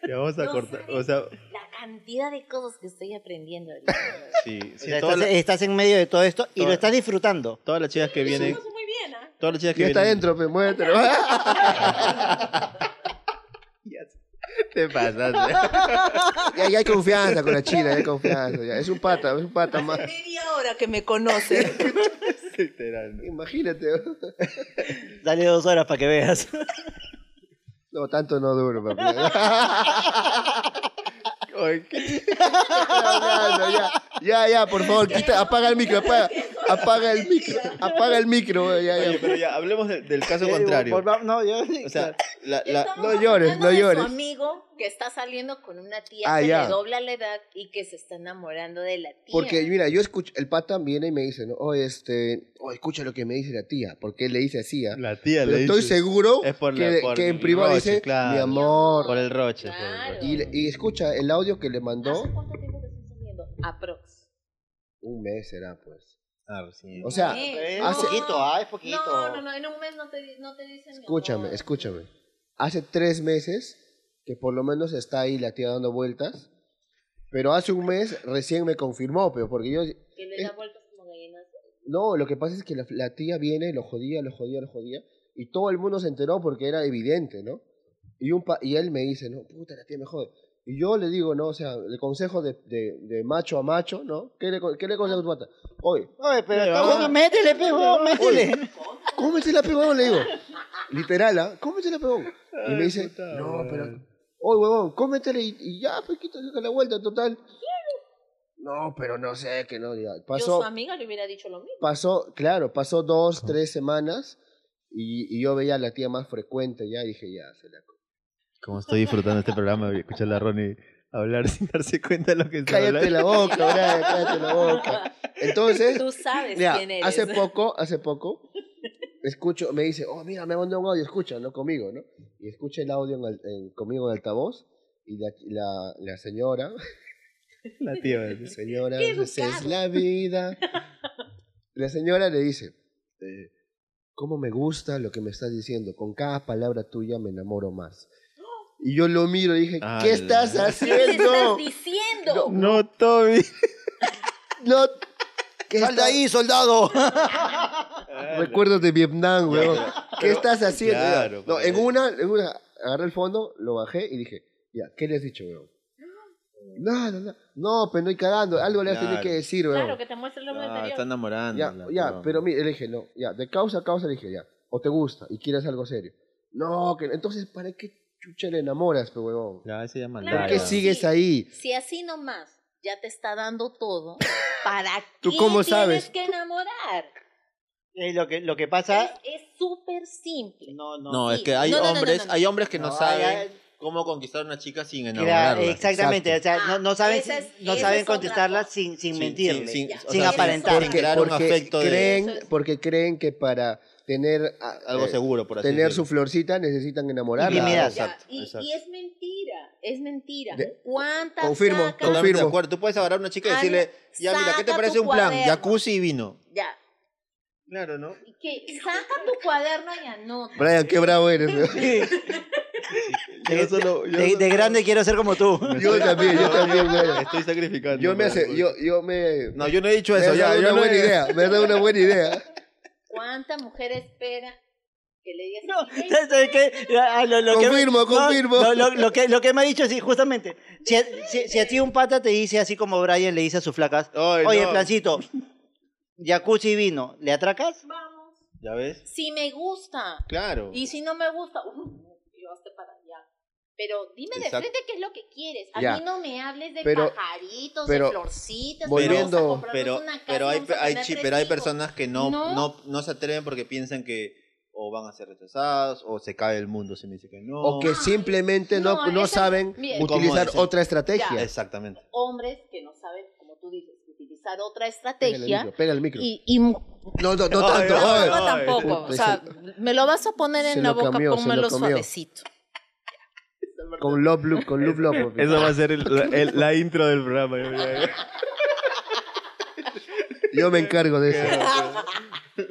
S2: Ya vamos a
S3: No,
S2: cortar,
S3: ¿sabes?
S2: o sea,
S3: La cantidad de cosas que estoy aprendiendo ahorita.
S2: sí, sí,
S4: O sea,
S2: todas,
S4: estás,
S2: las-
S4: estás en medio de todo esto y
S2: toda-
S4: lo estás disfrutando.
S2: todas las chicas que vienen,
S3: Lo hizo muy bien, ¿ah?
S2: todas las chicas que
S1: Ya está
S2: vienen,
S1: adentro, pues, muévetelo.
S2: te pasaste.
S1: Ya, ya hay confianza con la china, ya hay confianza. ya. Es un pata, es un pata más.
S3: Media hora que me conoce.
S2: Literal.
S1: Imagínate.
S4: Dale dos horas para que veas.
S1: No, tanto no duro, papi.
S2: Ay, qué-
S1: hablando, ya, ya, ya, por favor, quita, apaga el micro, apaga, apaga el micro, apaga el micro, güey, ya,
S2: Oye,
S1: ya.
S2: pero ya, hablemos de- del caso
S4: Eh,
S2: contrario.
S4: por favor, no, yo-
S2: O sea, la, la-
S3: Estamos
S1: no llores,
S3: hablando
S1: no
S3: de
S1: llores.
S3: Su amigo que está saliendo con una tía
S1: Ah,
S3: que
S1: ya.
S3: le dobla la edad y que se está enamorando de la tía.
S1: Porque, mira, yo escucho, el pata viene y me dice, ¿no? Oye, este, oye, escucha lo que me dice la tía, porque él le dice así, ¿ah?
S2: la tía
S1: Pero
S2: le
S1: estoy
S2: dice-
S1: seguro
S2: es por
S1: que,
S2: la- por
S1: que en
S2: el
S1: privado
S2: roche,
S1: dice,
S2: claro.
S1: mi amor.
S2: por el roche. por el
S3: Claro.
S2: roche.
S1: Y, le- y escucha el audio que le mandó,
S3: ¿Hace cuánto tiempo que están saliendo? Aprox.
S1: un mes será, pues.
S2: Ah, recién.
S1: O sea,
S3: Eh,
S1: hace-
S4: ah, es
S3: No, no, no, en un mes no te, di- no te dicen mi
S1: Escúchame,
S3: amor.
S1: escúchame. Hace tres meses que por lo menos está ahí la tía dando vueltas, pero hace un mes recién me confirmó, pero porque yo...
S3: Que le da
S1: Es-
S3: vueltas como gallinas.
S1: No, lo que pasa es que la, la tía viene, lo jodía, lo jodía, lo jodía, y todo el mundo se enteró porque era evidente, ¿no? Y, un pa- y él me dice, no, puta, la tía me jode. Y yo le digo, no, o sea, el consejo de, de- de macho a macho, ¿no? ¿Qué le, co- qué le aconsejo a tu pata? Oye,
S4: Oye, pero
S2: Mira,
S4: está
S2: vamos.
S4: bueno, métele, pe, huevón, métele.
S1: cómete la pegón, le digo. Literal, ¿ah? Cómete la pegón. Y me dice, no, pero. Oye, huevón, cómetele y, y ya, pues quítate la vuelta, total. No, pero no sé, que no. ya.
S3: Yo
S1: Pasó,
S3: su amiga le hubiera dicho lo mismo.
S1: pasó, claro, pasó dos, tres semanas y, y yo veía a la tía más frecuente ya y dije, ya, se la.
S2: Como estoy disfrutando este programa, voy a escuchar a Ronnie hablar sin darse cuenta de lo que está
S1: Cállate la boca, Brian, cállate la boca. Entonces,
S3: Tú sabes
S1: Mira,
S3: quién eres.
S1: hace poco, hace poco, escucho, me dice, oh, mira, me mandó un audio, escucha, ¿no? Conmigo, ¿no? Y escucha el audio en al- en- conmigo en altavoz y la, la, la señora,
S2: La tía.
S1: la señora,
S3: Qué
S1: esa es
S3: educado.
S1: la vida. La señora le dice, eh, ¿cómo me gusta lo que me estás diciendo? Con cada palabra tuya me enamoro más. Y yo lo miro y dije,
S2: Ah,
S1: ¿qué
S2: la-
S1: estás
S3: ¿Qué le
S1: haciendo?
S3: estás diciendo?
S2: No, Toby.
S1: No, ¿qué
S4: ¡Sal de
S1: está-
S4: ahí, soldado!
S2: Ah,
S1: Recuerdos de Vietnam, weón. ¿Qué
S2: Pero-
S1: estás haciendo?
S2: Claro,
S1: no,
S2: porque-
S1: en una, en una, agarré el fondo, lo bajé y dije, ya, ¿qué le has dicho, weón? No, no, no. No, pero no hay cagando. Algo le has tenido
S2: Claro.
S1: que decir, weón.
S3: Claro, que te muestre el hombre
S2: Ah,
S3: anterior.
S2: está enamorando.
S1: Ya, ya, pero mire, le dije, no, ya, de causa a causa le dije, ya, o te gusta y quieres algo serio. No, que entonces, ¿para qué chucha le enamoras, pe huevón?
S2: Ya, ese ya maldad.
S1: ¿Por
S3: Claro.
S1: qué
S2: ya.
S1: sigues ahí?
S3: Si así nomás ya te está dando todo, ¿para
S1: ¿Tú
S3: qué
S1: cómo
S3: tienes
S1: sabes?
S3: que enamorar?
S4: Y Eh, lo que, lo que
S3: Es
S4: pasa...
S3: es súper simple.
S4: No, no.
S2: No, es
S3: Sí.
S2: que hay
S3: No, no, no, no,
S2: hombres,
S3: no, no.
S2: hay hombres que no,
S4: No,
S2: saben
S4: hay-
S2: cómo conquistar a una chica sin
S4: Claro,
S2: enamorarla.
S4: exactamente,
S1: Exacto.
S4: o sea, no, no saben,
S3: Ah, esa es-
S4: no
S3: esa
S4: saben
S3: es otra
S4: contestarla
S3: cosa.
S4: sin, sin
S2: Sin-
S4: mentirle.
S2: sin-
S3: Ya.
S2: o
S4: sin
S2: sea,
S4: aparentar.
S2: Porque, crear un
S1: porque
S2: afecto de
S1: creen,
S3: Eso es.
S1: Porque creen que para tener a-
S2: algo
S1: eh,
S2: seguro, por así
S1: tener su
S2: decirlo.
S1: florcita necesitan enamorarla.
S4: Intimidad.
S3: Ya,
S2: exacto,
S3: y,
S2: exacto.
S3: y es mentira, es mentira.
S1: De-
S3: ¿Cuántas
S1: Confirmo,
S3: sacas?
S2: Totalmente de
S1: Confirmo.
S2: acuerdo. Tú puedes agarrar a una chica y
S3: Ana,
S2: decirle, ya mira, ¿qué te
S3: Ah, saca
S2: parece
S3: tu
S2: un plan?
S3: cuaderno.
S2: Jacuzzi y vino.
S3: Ya,
S2: Claro, ¿no?
S3: y que saca tu cuaderno y anota.
S1: Brian, qué bravo eres. weón.
S2: Yo solo, yo
S4: De,
S2: solo-
S4: de grande quiero ser como tú.
S1: Yo también, yo también. weón.
S2: Estoy sacrificando.
S1: Yo me,
S2: para-
S1: hace- yo, yo me...
S2: No, yo no he dicho
S1: me
S2: eso.
S1: has
S2: Ya,
S1: dado
S2: yo
S1: una
S2: no
S1: buena
S2: he-
S1: idea, me has dado una buena idea.
S3: ¿Cuánta mujer espera que le digas
S4: No,
S3: así, "Ey,
S4: ¿sabes qué? Ah, lo- lo que-
S1: Confirmo,
S4: no,
S1: confirmo.
S4: no, lo, lo que, lo que me ha dicho, sí, justamente. Si a, si- si a ti un pata te dice, así como Brian le dice a sus flacas,
S2: Ay,
S4: oye,
S2: no.
S4: Plancito, jacuzzi y vino, ¿le atracas?
S3: vamos"?
S2: ¿Ya ves?
S3: Si me gusta
S2: Claro.
S3: y si no me gusta, uh, yo hasta para allá. Pero dime
S2: Exacto.
S3: de frente qué es lo que quieres. A
S1: Ya.
S3: mí no me hables de
S1: Pero-
S3: pajaritos,
S1: pero-
S3: de florcitas.
S1: volviendo-
S3: vamos a comprarnos
S2: pero,
S3: una casa,
S2: pero hay,
S3: vamos a
S2: hay,
S3: tener
S2: chi-
S3: tres
S2: pero hay
S3: hijos.
S2: personas que no,
S3: No.
S2: no. no se atreven porque piensan que o van a ser rechazadas o se cae el mundo si me dice que no.
S1: O que simplemente no,
S3: No,
S1: no
S3: esa-
S1: saben
S3: Bien.
S1: utilizar
S2: ¿Cómo es?
S1: otra estrategia.
S2: Ah, Exactamente.
S3: Hombres que no saben, como tú dices, utilizar otra
S1: Pégale el
S3: estrategia.
S1: micro, pégale el micro.
S3: Y, y mu-
S1: No, no, no
S2: Ay,
S1: tanto.
S2: ay,
S1: ay.
S2: ay.
S3: no tampoco.
S1: puta,
S3: O sea, me lo vas a poner
S1: se
S3: en la
S1: lo
S3: boca,
S1: comió, se lo
S3: pónmelo
S1: comió.
S3: suavecito.
S1: Con Love Loop, con Loop Loop.
S2: va a ser la intro del programa.
S1: Yo me encargo de eso.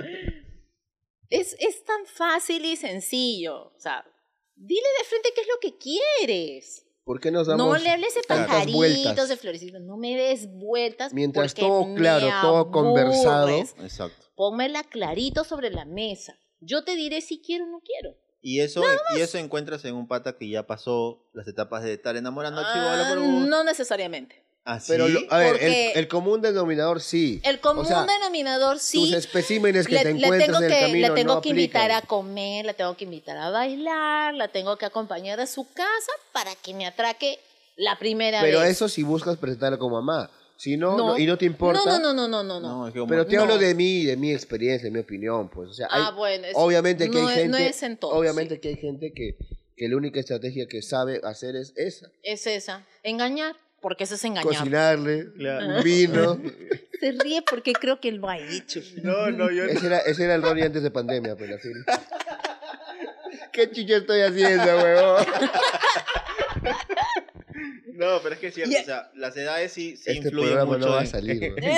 S3: Es, es tan fácil y sencillo. O sea, dile de frente qué es lo que quieres.
S1: ¿Por qué nos damos?
S3: No le hables de
S1: tantas
S3: pajaritos,
S1: vueltas?
S3: de florecitos. No me des vueltas.
S1: Mientras
S3: porque
S1: todo
S3: me
S1: claro, todo conversado.
S3: aburres.
S2: Exacto.
S3: Pónmela clarito sobre la mesa. Yo te diré si quiero o no quiero.
S2: Y eso, y eso encuentras en un pata que ya pasó las etapas de estar enamorando al chivo.
S3: Ah,
S2: hola, por favor.
S3: no necesariamente.
S2: Así.
S1: Pero, lo- a ver,
S3: Porque-
S1: el, el común denominador sí.
S3: El común
S1: O sea,
S3: denominador sí.
S1: Tus especímenes que
S3: le,
S1: te
S3: le
S1: encuentras
S3: tengo
S1: en
S3: que,
S1: el camino
S3: la tengo
S1: no
S3: que invitar a
S1: aplican.
S3: comer, la tengo que invitar a bailar, la tengo que acompañar a su casa para que me atraque la primera
S1: Pero
S3: vez.
S1: eso si buscas presentarlo como mamá. Si no,
S3: No.
S1: no- y no te importa.
S3: No, no, no, no, no, no.
S2: No, es que como-
S1: Pero te
S3: No.
S1: hablo de mí, de mi experiencia, de mi opinión, pues. O sea,
S3: Ah,
S1: hay-
S3: bueno, es-
S1: obviamente que
S3: no
S1: hay
S3: es-
S1: gente.
S3: no es en todos,
S1: obviamente
S3: sí.
S1: que hay gente que, que la única estrategia que sabe hacer es esa.
S3: Es esa. Engañar, porque eso es engañar.
S1: Cocinarle,
S2: Claro.
S1: un vino.
S3: Se ríe porque creo que lo ha hecho.
S2: No, no, yo
S1: Ese era, ese era el Ronnie antes de pandemia, pero así. ¿Qué chicha estoy haciendo, huevón?
S2: no, pero es que es cierto, o sea, las edades sí, sí
S1: Este
S2: influyen
S1: programa
S2: mucho.
S1: no va a
S2: en-
S1: salir, huevón.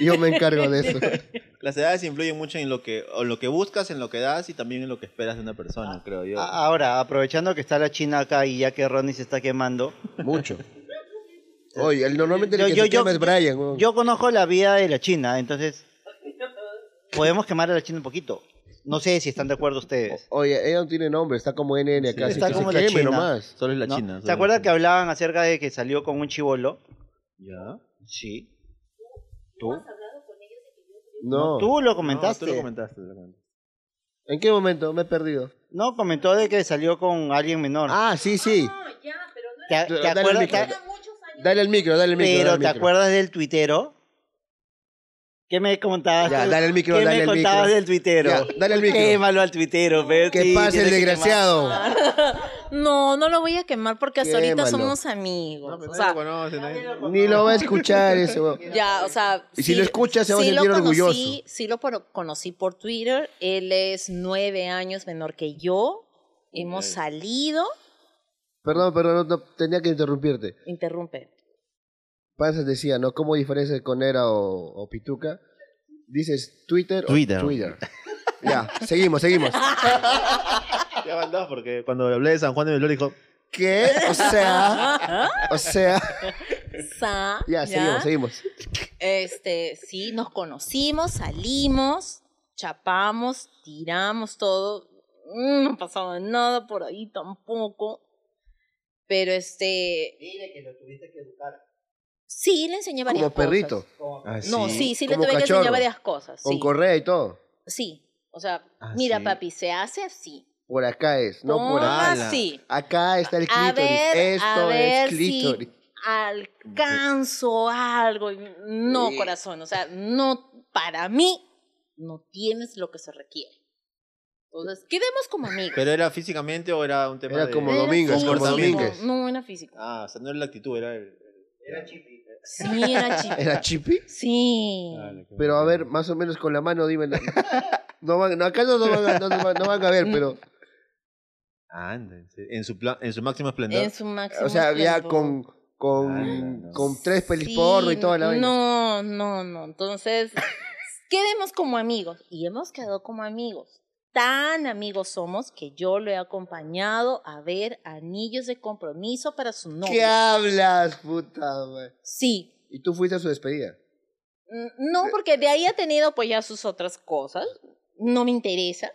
S1: Yo me encargo de eso.
S2: Las edades influyen mucho en lo que, o lo que buscas, en lo que das y también en lo que esperas de una persona, creo yo.
S4: A- Ahora, aprovechando que está la china acá y ya que Ronnie se está quemando,
S1: Mucho. Oye, el- normalmente el
S4: Yo-
S1: que
S4: yo-
S1: se
S4: yo-
S1: quema es Brian, huevón.
S4: yo conozco la vida de la china, entonces podemos quemar a la china un poquito. No sé si están de acuerdo ustedes.
S1: Oye, ella no tiene nombre, está como NN acá,
S2: Sí,
S1: así
S2: está
S1: que
S4: como
S1: se
S4: la
S1: queme
S4: China.
S1: nomás.
S2: Solo es la
S4: ¿no?
S2: china.
S4: ¿Se acuerdan que hablaban acerca de que salió con un chivolo?
S2: Ya.
S4: Sí. ¿Tú?
S1: No.
S4: Tú lo
S2: No,
S4: comentaste.
S2: tú
S4: No,
S2: lo comentaste. tú lo comentaste.
S1: ¿En qué momento? Me he perdido.
S4: comentó de que salió con alguien menor.
S1: Ah, sí, sí.
S3: ya, pero no
S4: ¿Te, te
S1: dale al
S4: acuerdas-
S1: micro.
S4: te-
S1: Era
S3: muchos años.
S1: Dale el micro, dale el micro.
S4: pero
S1: dale el
S4: ¿te
S1: micro.
S4: acuerdas del tuitero? ¿Qué me contabas?
S1: Ya,
S4: tú?
S1: dale el micro,
S4: ¿Qué
S1: dale
S4: me
S1: el
S4: contabas
S1: micro.
S4: del tuitero?
S1: Ya, dale el micro.
S4: Quémalo al tuitero, pero
S1: Que
S4: sí,
S1: pase el
S4: tienes que
S1: desgraciado.
S3: No, no lo voy a quemar porque hasta ahorita
S1: Quémalo. pues,
S3: somos amigos.
S2: No, pero
S3: o
S2: nadie
S3: sea,
S2: lo conoce, nadie-
S1: Ni lo va a escuchar ese huevón.
S3: Ya, o sea.
S1: Y si lo escucha, se va a
S3: lo
S1: sentir
S3: conocí-
S1: orgulloso.
S3: Sí, lo por- conocí por Twitter. Él es nueve años menor que yo. Hemos
S2: Ok.
S3: salido.
S1: Perdón, perdón, no, no, tenía que interrumpirte.
S3: Interrumpe.
S1: Panzas decía, ¿no? ¿Cómo diferencia de Conera o, o Pituca? Dices Twitter,
S2: Twitter.
S1: o Twitter. ya, seguimos, seguimos.
S2: Ya van dos, porque cuando hablé de San Juan de Melor dijo,
S1: ¿Qué? O sea, o sea.
S3: Sa,
S1: Ya, seguimos, seguimos.
S3: Este, sí, nos conocimos, salimos, chapamos, tiramos todo. Mm, No pasaba nada por ahí tampoco. Pero este,
S4: Dile que lo tuviste que educar.
S3: sí le enseñé varias
S1: Como
S3: cosas.
S1: perrito.
S4: como-
S2: Ah,
S3: No, sí, sí le
S1: Como
S3: tuve que enseñar
S1: cachorro.
S3: varias cosas.
S1: Con
S3: Sí.
S1: correa y todo.
S3: sí. O sea,
S2: Ah,
S3: mira,
S2: sí.
S3: papi, se hace así.
S1: Por acá es, no por
S3: Pon
S1: acá.
S2: ala.
S3: así.
S1: Acá está el
S3: Ah. A
S1: clítoris.
S3: ver,
S1: Esto
S3: a ver
S1: es
S3: si-
S1: clítoris.
S3: alcanzo algo. Y No,
S1: Sí.
S3: corazón, o sea, no, para mí, no tienes lo que se requiere. Entonces, quedemos como amigos.
S2: ¿Pero era físicamente o era un tema
S1: Era
S2: de...?
S1: como
S3: Era
S1: Domínguez,
S3: físico,
S2: como Domínguez.
S3: No, era físico.
S2: Ah, o sea, no era la actitud, era el...
S4: Era chipi.
S3: Sí, era chico.
S1: ¿Era chipi?
S3: Sí.
S2: Ah,
S1: Pero a ver, más o menos con la mano, dime. la- No van, no, acá no, no van, a- no, no van- no van a ver, pero.
S2: Anda, en serio. en su, pla- en su máximo esplendor.
S3: En su máximo.
S1: O sea, ya
S3: esplendor.
S1: con, con,
S2: Ah, no.
S1: con tres pelis
S3: Sí,
S1: porro y toda la vaina.
S3: No, no, no. Entonces, quedemos como amigos. Y hemos quedado como amigos. Tan amigos somos que yo lo he acompañado a ver anillos de compromiso para su novia.
S1: ¿Qué hablas, puta madre?
S3: Sí.
S1: Y tú fuiste a su despedida.
S3: Mm,
S1: Eh.
S3: No, porque de ahí ha tenido pues ya sus otras cosas. No me interesa.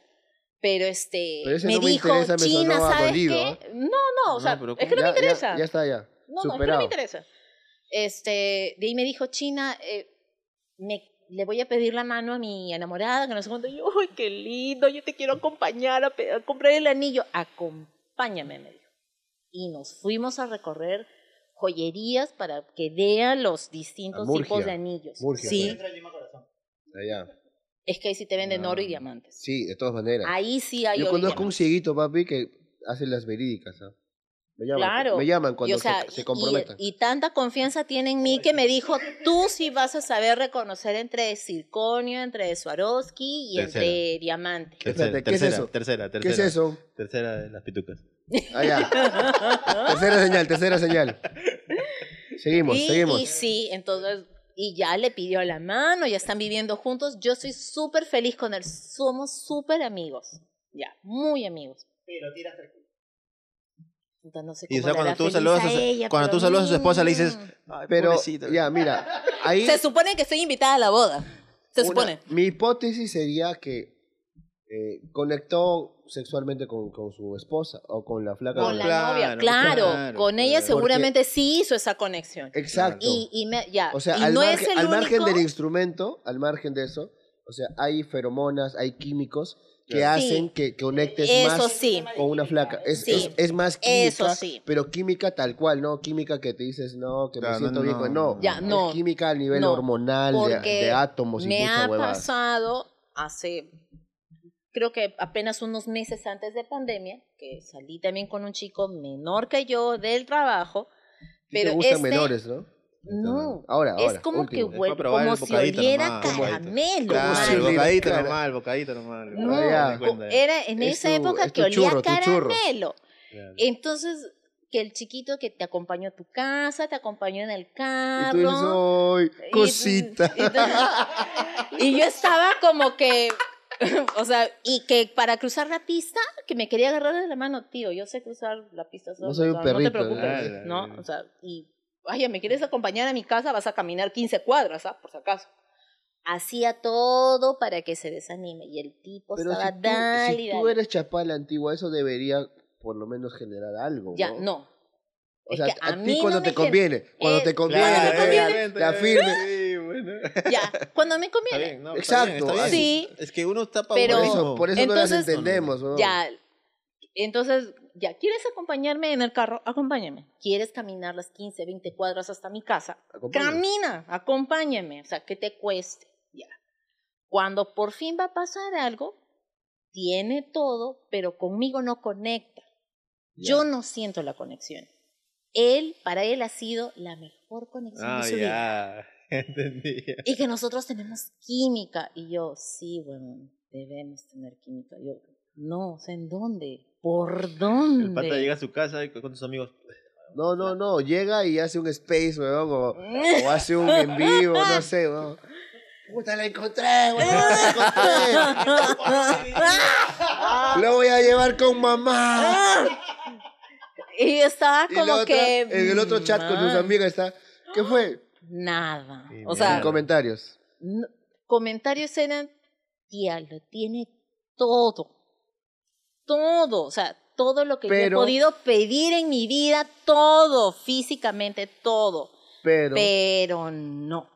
S3: Pero este,
S1: Pero ese
S3: me
S1: no me
S3: dijo,
S1: interesa, me sonó
S3: China,
S1: a
S3: ¿sabes
S1: dolido, ¿ah?
S3: qué? No, no, o
S2: No,
S3: sea,
S2: pero
S3: es que no me
S1: Ya- ya-
S3: interesa.
S1: Ya, está, ya.
S3: No, no, es que no
S1: Superado.
S3: me interesa. Este, de ahí me dijo, China, eh, me, le voy a pedir la mano a mi enamorada, que no sé cuánto. Y Yo, ay, qué lindo, yo te quiero acompañar a, pe- a comprar el anillo. Acompáñame, me dijo. Y nos fuimos a recorrer joyerías para que vean los distintos
S1: A Murgia.
S3: tipos de anillos.
S1: Murgia,
S3: sí,
S1: fue. Allá.
S3: es que ahí sí te venden
S2: Ah.
S3: oro y diamantes.
S1: Sí, de todas maneras.
S3: Ahí sí hay
S1: Yo
S3: oro y
S1: conozco un
S3: diamantes.
S1: cieguito, papi, que hace las verídicas. ¿ah? Me llaman,
S3: Claro.
S1: me llaman cuando
S3: Y, o sea,
S1: se, se
S3: y-
S1: comprometan.
S3: Y, tanta confianza tiene en mí que me dijo, tú sí vas a saber reconocer entre circonio, entre Swarovski y
S2: Tercera.
S3: entre diamante.
S2: Tercera,
S1: Espérate, ¿qué es
S2: tercera,
S1: eso?
S2: tercera, tercera.
S1: ¿Qué es eso?
S2: Tercera de las pitucas.
S1: Allá. tercera señal, tercera señal. Seguimos,
S3: y,
S1: seguimos.
S3: y sí, entonces, y ya le pidió la mano, ya están viviendo juntos. Yo soy súper feliz con él. Somos súper amigos. Ya, muy amigos.
S4: Pero tiraste el culo.
S3: Entonces, no sé
S2: Y, o
S3: cómo
S2: sea,
S3: le hará
S2: cuando tú
S3: feliz
S2: saludas a
S3: a
S2: su-
S3: ella,
S2: cuando
S3: pero
S2: tú saludas a su esposa, le dices,
S3: mm.
S1: Pero, ya, mira. Ahí
S3: Se supone que estoy invitada a la boda. Se
S1: una-
S3: supone.
S1: Mi hipótesis sería que eh, conectó sexualmente con, con su esposa o con la flaca.
S3: Con la
S2: Claro,
S3: novia, claro.
S2: claro,
S3: con ella
S2: claro.
S3: seguramente sí hizo esa conexión.
S1: Exacto.
S3: Y, y me- ya.
S1: O sea,
S3: y
S1: al,
S3: no
S1: margen,
S3: es el
S1: al margen
S3: único-
S1: del instrumento, al margen de eso, o sea, hay feromonas, hay químicos que
S2: Claro.
S1: hacen
S3: Sí.
S1: que conectes
S3: Eso
S1: más
S3: sí.
S1: con una flaca. Es,
S3: Sí.
S1: es, es más química,
S3: Eso sí.
S1: pero química tal cual, ¿no? Química que te dices, no, que
S2: Claro,
S1: me siento
S2: no,
S1: bien. con- No,
S2: no.
S3: Ya, no.
S1: Es química a nivel
S3: No,
S1: hormonal, de,
S3: porque
S1: de átomos y
S3: Me ha
S1: mucha huevada.
S3: pasado hace, creo que apenas unos meses antes de pandemia, que salí también con un chico menor que yo del trabajo,
S1: Sí
S3: pero
S1: te gustan
S3: este-
S1: menores, ¿no?
S3: no.
S1: Ahora, ahora.
S3: es como
S1: último.
S3: que
S2: Es para
S3: huele,
S2: probar el
S3: como si
S2: bocadito
S3: oliera
S2: nomás, el bocadito.
S3: caramelo.
S1: Como
S2: Claro,
S1: si
S3: mano.
S2: el bocadito
S1: claro.
S2: normal, bocadito normal.
S3: No,
S2: Te das
S1: co-
S2: cuenta,
S3: Era en
S1: Es
S3: esa
S1: tu-
S3: época
S1: es
S3: que
S1: tu
S3: olía
S1: churro, tu churro.
S3: caramelo.
S2: claro.
S3: Entonces, que el chiquito que te acompañó a tu casa, te acompañó en el
S1: Y
S3: carro.
S1: tú dices, "Ay,
S3: Y-
S1: cosita.
S3: entonces- Y, yo estaba como que, o sea, y que para cruzar la pista, que me quería agarrar de la mano, tío, yo sé cruzar la pista solo.
S1: No soy un
S3: o sea, No te
S1: perrito,
S3: preocupes,
S2: claro.
S3: ¿no? O sea, y, vaya, ¿me quieres acompañar a mi casa? Vas a caminar 15 cuadras, ¿ah? Por si acaso. Hacía todo para que se desanime y el tipo
S1: Pero
S3: estaba
S1: si tú,
S3: dale,
S1: si
S3: y
S1: tú
S3: dale.
S1: eres chapala antigua, eso debería por lo menos generar algo.
S3: Ya,
S1: ¿no?
S3: no.
S1: O
S3: Es
S1: sea,
S3: que
S1: a,
S3: a
S1: ti
S3: mí
S1: cuando
S3: no
S1: te
S3: me
S1: conviene. Cuando
S3: Eh,
S1: te conviene,
S3: Claro,
S1: te
S3: conviene.
S1: la- la firme.
S2: Sí, bueno. Está
S3: Ya, cuando me conviene.
S2: bien, no,
S1: Exacto,
S2: Está bien, está bien.
S3: Sí.
S2: Es que uno está para
S3: Pero-
S1: por eso, por eso no
S3: Entonces-
S1: las entendemos. ¿no?
S3: Ya. Entonces, ya, ¿quieres acompañarme en el carro? Acompáñame. ¿Quieres caminar las 15, 20 cuadras hasta mi casa?
S1: Acompáñame.
S3: Camina, acompáñame. O sea, que te cueste. Ya. Cuando por fin va a pasar algo, tiene todo, pero conmigo no conecta.
S1: Ya.
S3: Yo no siento la conexión. Él, para él, ha sido la mejor conexión
S2: Ah,
S3: de su vida.
S2: ya. Entendí.
S3: Y que nosotros tenemos química. Y yo, sí, bueno, debemos tener química. Yo, no, o sea, ¿en dónde? ¿Por dónde?
S2: El pata llega a su casa y con con tus amigos.
S1: No, no, no. Llega y hace un space, weón, o, o hace un en vivo, no sé, weón. Puta, la encontré, weón. La encontré. Lo voy a llevar con mamá.
S3: Y estaba
S1: Y la
S3: Ah, como
S1: otra,
S3: que.
S1: en el otro chat con tus
S3: man,
S1: amigas está, ¿qué fue?
S3: Nada.
S2: Sí,
S3: O
S1: En
S3: sea,
S2: mierda.
S1: comentarios.
S3: no- comentarios eran: Tía, lo tiene todo. Todo. O sea, todo lo que yo
S1: Pero-
S3: he podido pedir en mi vida, todo, físicamente, todo.
S1: Pero
S3: Pero no.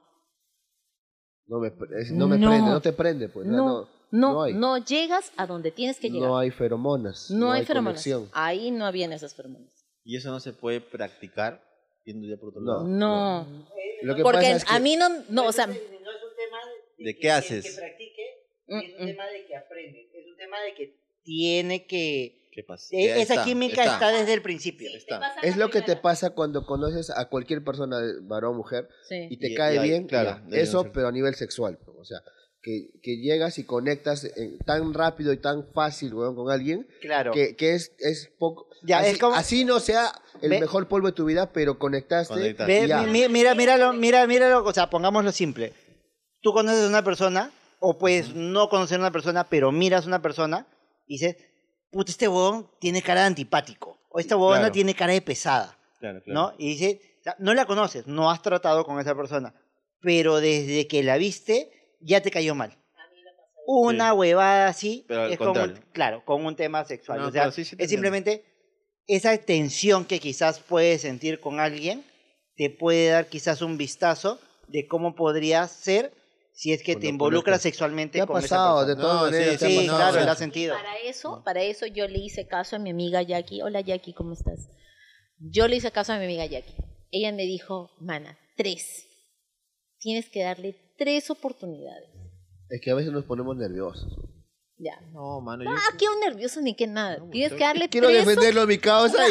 S1: no me, pre- es- no me
S3: No.
S1: prende, no te prende, pues. o sea,
S3: No,
S1: no,
S3: no,
S1: hay.
S3: no llegas a donde tienes que llegar.
S1: No hay feromonas.
S3: No, hay feromonas.
S1: conexión.
S3: Ahí no habían esas feromonas.
S2: Y eso no se puede practicar viendo ya por otro
S1: Ah, No.
S2: lado.
S3: No.
S1: Lo que
S3: Porque
S1: pasa es que
S3: a mí no, no, o sea,
S4: No es un tema de,
S2: ¿De
S4: que-
S2: qué haces?
S4: Que, practique,
S3: Mm,
S4: ni es un
S3: mm.
S4: tema de que aprende. Es un tema de que tiene que.
S2: ¿Qué pasa?
S4: Eh,
S2: Ya
S4: esa
S2: E está,
S4: química está. desde el principio.
S2: Sí. está.
S1: es lo que te pasa cuando conoces a cualquier persona, varón o mujer, y
S3: Sí.
S1: te
S2: Y-
S1: cae
S2: y ahí,
S1: bien,
S2: claro,
S1: claro,
S2: debería
S1: eso,
S2: ser.
S1: pero a nivel sexual, pues, o sea, que, que llegas y conectas en- tan rápido y tan fácil, weón, con alguien,
S4: Claro.
S1: que, que es, es poco,
S4: Ya,
S1: así,
S4: es como-
S1: así no sea el
S4: Ve-
S1: mejor polvo de tu vida, pero conectaste,
S2: Conectaste.
S4: Ve,
S1: ya.
S4: mi- mi- mira, míralo, mira, míralo, o sea, pongámoslo simple. Tú conoces a una persona, o puedes no conocer a una persona, pero miras a una persona y dices, puta, este huevón tiene cara de antipático, o esta huevona
S2: Claro.
S4: tiene cara de pesada,
S2: Claro, claro.
S4: ¿no? Y dices, o sea, no la conoces, no has tratado con esa persona, pero desde que la viste, ya te cayó mal. Una
S2: Sí.
S4: huevada así,
S2: Pero al
S4: es como un-
S2: contrario.
S4: claro, con un tema sexual.
S2: No,
S4: o sea,
S2: pero sí, sí te entiendo.
S4: es simplemente esa tensión que quizás puedes sentir con alguien, te puede dar quizás un vistazo de cómo podría ser si es que
S2: Cuando
S4: te involucras
S2: conectas.
S4: sexualmente
S1: Te ha
S4: con esa
S1: pasado,
S4: persona.
S1: de todas
S2: No,
S1: maneras,
S2: sí,
S1: te ha
S4: Sí,
S1: pasado.
S4: claro,
S2: sí.
S4: le ha sentido.
S3: Para eso, para eso yo le hice caso a mi amiga Jackie. Hola Jackie, ¿cómo estás? Yo le hice caso a mi amiga Jackie. Ella me dijo, mana, tres. Tienes que darle tres oportunidades.
S1: Es que a veces nos ponemos nerviosos.
S3: Ya.
S2: No, mano, yo...
S3: Ah, qué nervioso ni que nada.
S2: No,
S3: Tienes
S2: yo-
S3: que darle
S1: Quiero
S3: tres,
S1: defenderlo a mi causa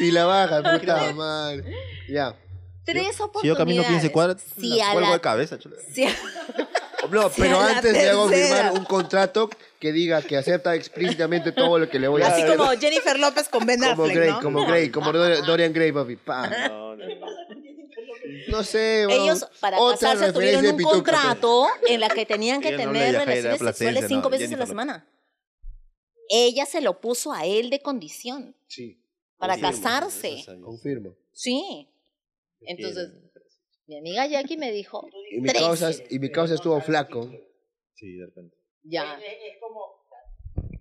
S1: y, y la baja, puta madre. Ya.
S3: tres oportunidades.
S2: Si yo camino 15 cuadras,
S3: Si
S2: la
S3: a
S2: vuelvo
S3: la-
S2: de cabeza. chulo.
S3: si a-
S1: No,
S3: Sí,
S1: pero
S3: a la
S1: antes le hago
S3: tercera.
S1: firmar un contrato que diga que acepta explícitamente todo lo que le voy a
S5: Así
S1: hacer.
S5: como Jennifer López con Ben
S1: Como
S5: Affleck,
S1: Grey,
S5: ¿no?
S1: como Grey, como Dor- Dorian Gray, papi. Pam.
S2: No, no, no.
S1: No sé, weón.
S3: Ellos para
S1: Otra
S3: casarse
S1: referencia
S3: tuvieron
S1: de
S3: un
S1: Pituca,
S3: contrato en la que tenían que
S2: Ella no le
S3: tener
S2: viajé, era
S3: relaciones
S2: Plasencia,
S3: sexuales cinco
S2: no,
S3: veces a la
S2: Jennifer
S3: semana. Ella se lo puso a él de condición
S1: pues. Sí,
S3: para
S2: Sí,
S3: casarse.
S2: eso es obvio.
S1: confirmo.
S3: Sí. Entonces, mi amiga Jackie me dijo,
S1: Y mi
S3: Tres.
S1: causa, y mi causa estuvo flaco.
S2: Sí, de repente.
S3: ya.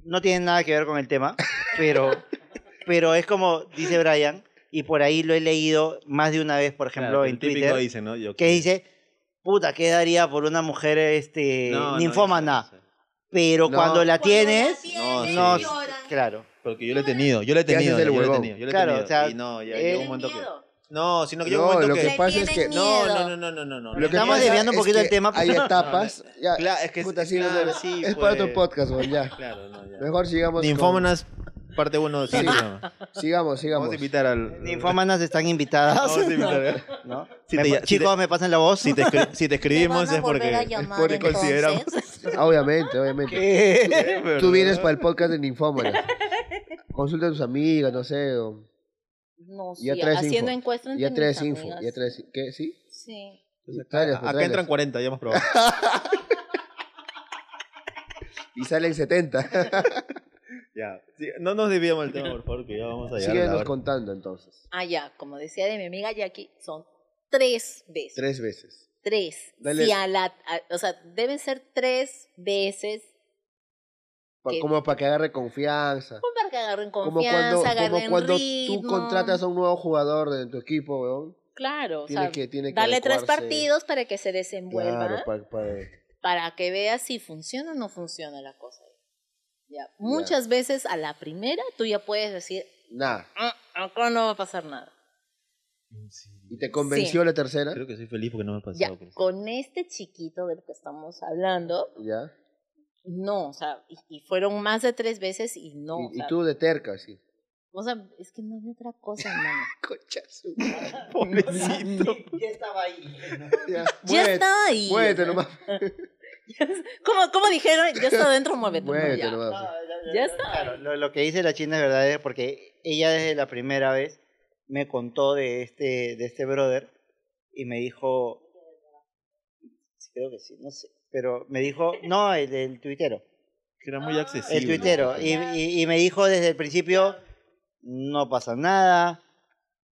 S4: No tiene nada que ver con el tema, pero, pero es como dice Brian, y por ahí lo he leído más de una vez, por ejemplo,
S2: Claro, el
S4: en
S2: típico
S4: Twitter,
S2: dice, ¿no? Yo
S4: que dice, puta, ¿qué daría por una mujer este,
S2: No, no,
S4: ninfómana?
S2: no, no, no.
S4: Pero
S1: No.
S4: cuando la tienes,
S2: No,
S4: no,
S2: sí.
S4: claro.
S2: Porque yo lo he tenido, yo lo he
S1: ¿Qué haces
S2: tenido,
S1: el
S2: yo lo he
S1: huevón?
S2: tenido, yo lo he
S4: Claro,
S2: tenido.
S4: o sea,
S2: y no, ya
S4: eh,
S2: llegó un
S4: Tiene
S2: momento que... No, sino que llegó
S1: No,
S2: un momento
S1: lo
S2: que...
S1: que pasa es
S3: tienen
S1: que-
S2: No,
S3: miedo.
S2: no, no, no, no, no, no.
S4: Lo que Estamos
S1: pasa
S4: desviando un
S1: es
S4: poquito
S1: que
S4: el tema,
S1: Hay
S4: pero-
S1: etapas. ya,
S2: Claro, es que es-
S1: puta, sí, no,
S2: claro,
S1: no,
S2: sí,
S1: es
S2: pues.
S1: para otro podcast, weón, ya.
S2: Claro, no, ya.
S1: Mejor sigamos. con-
S2: Ninfómanas, parte 1 de
S1: Sí. Sigamos, sigamos.
S2: Vamos a invitar al...
S4: Ninfómanas están invitadas.
S2: Vamos a invitar.
S4: ¿no?
S2: Si
S4: Me
S2: te-
S4: pa-
S2: si te-
S4: chicos, me pasan la voz.
S2: Si te, escri- si te escribimos
S3: ¿Me van a
S2: es porque...
S3: volver a
S2: es
S3: llamar,
S2: porque consideramos...
S3: entonces?
S1: Obviamente, obviamente. Tú vienes para el podcast de Ninfómanas. Consulta a tus amigas, no sé. o-
S3: No, sí,
S1: Ya traes
S3: haciendo
S1: info.
S3: encuestas entre
S1: Ya
S3: mis
S1: traes info.
S3: amigas.
S1: Ya traes. ¿Qué? ¿Sí?
S3: Sí.
S1: Tráelas, pues,
S2: Acá
S1: tráelas.
S2: entran 40, ya hemos probado.
S1: Y salen 70.
S2: Ya, sí, no nos desviamos del tema, por favor, que ya vamos a llegar. a la
S1: Síguenos
S2: hora.
S1: contando entonces.
S3: Ah, ya, como decía de mi amiga Jackie, son tres veces.
S1: Tres veces.
S3: Tres.
S1: Dale.
S3: Si a la, a- o sea, deben ser tres veces
S1: Pa-
S3: ¿Qué?
S1: como para que agarre confianza.
S3: Como para que agarren
S1: Como
S3: confianza,
S1: cuando,
S3: agarren
S1: como cuando
S3: ritmo.
S1: tú contratas a un nuevo jugador de tu equipo, weón.
S3: Claro, o
S1: Tiene
S3: sea,
S1: que- tiene que
S3: dale tres
S1: adecuarse.
S3: partidos para que se desenvuelva,
S1: Claro, pa- eh, pa-
S3: para que veas si funciona o no funciona la cosa. Ya. Muchas veces a la primera tú ya puedes decir,
S1: nada.
S3: "Ah, acá no va a pasar nada.
S1: ¿Y te convenció la tercera?
S2: Creo que soy feliz porque no me ha
S1: Pues
S2: pasado.
S3: Ya,
S2: por eso.
S3: con este chiquito del que estamos hablando,
S1: Ya.
S3: no, o sea, y, y fueron más de tres veces y no. o
S1: y, y
S3: sea,
S1: tú de terca, sí.
S3: o sea, es que no hay otra cosa, hermano.
S1: Conchazo.
S2: Pobrecito.
S4: Ya estaba ahí.
S1: Ya,
S3: ya está ahí.
S1: Muévete
S3: o sea,
S1: nomás.
S3: Como, como dijeron, ya está adentro, muévete. ¿no?
S1: Muévete
S3: Ya.
S1: nomás.
S3: Ya está.
S4: Claro, lo, lo que dice la China es verdad, es porque ella desde la primera vez me contó de este, de este brother y me dijo, sí, creo que sí, no sé, pero me dijo, no, el, del tuitero,
S2: Que era muy
S3: Sí,
S4: el
S2: accesible.
S4: tuitero, y, y- y me dijo desde el principio, no pasa nada.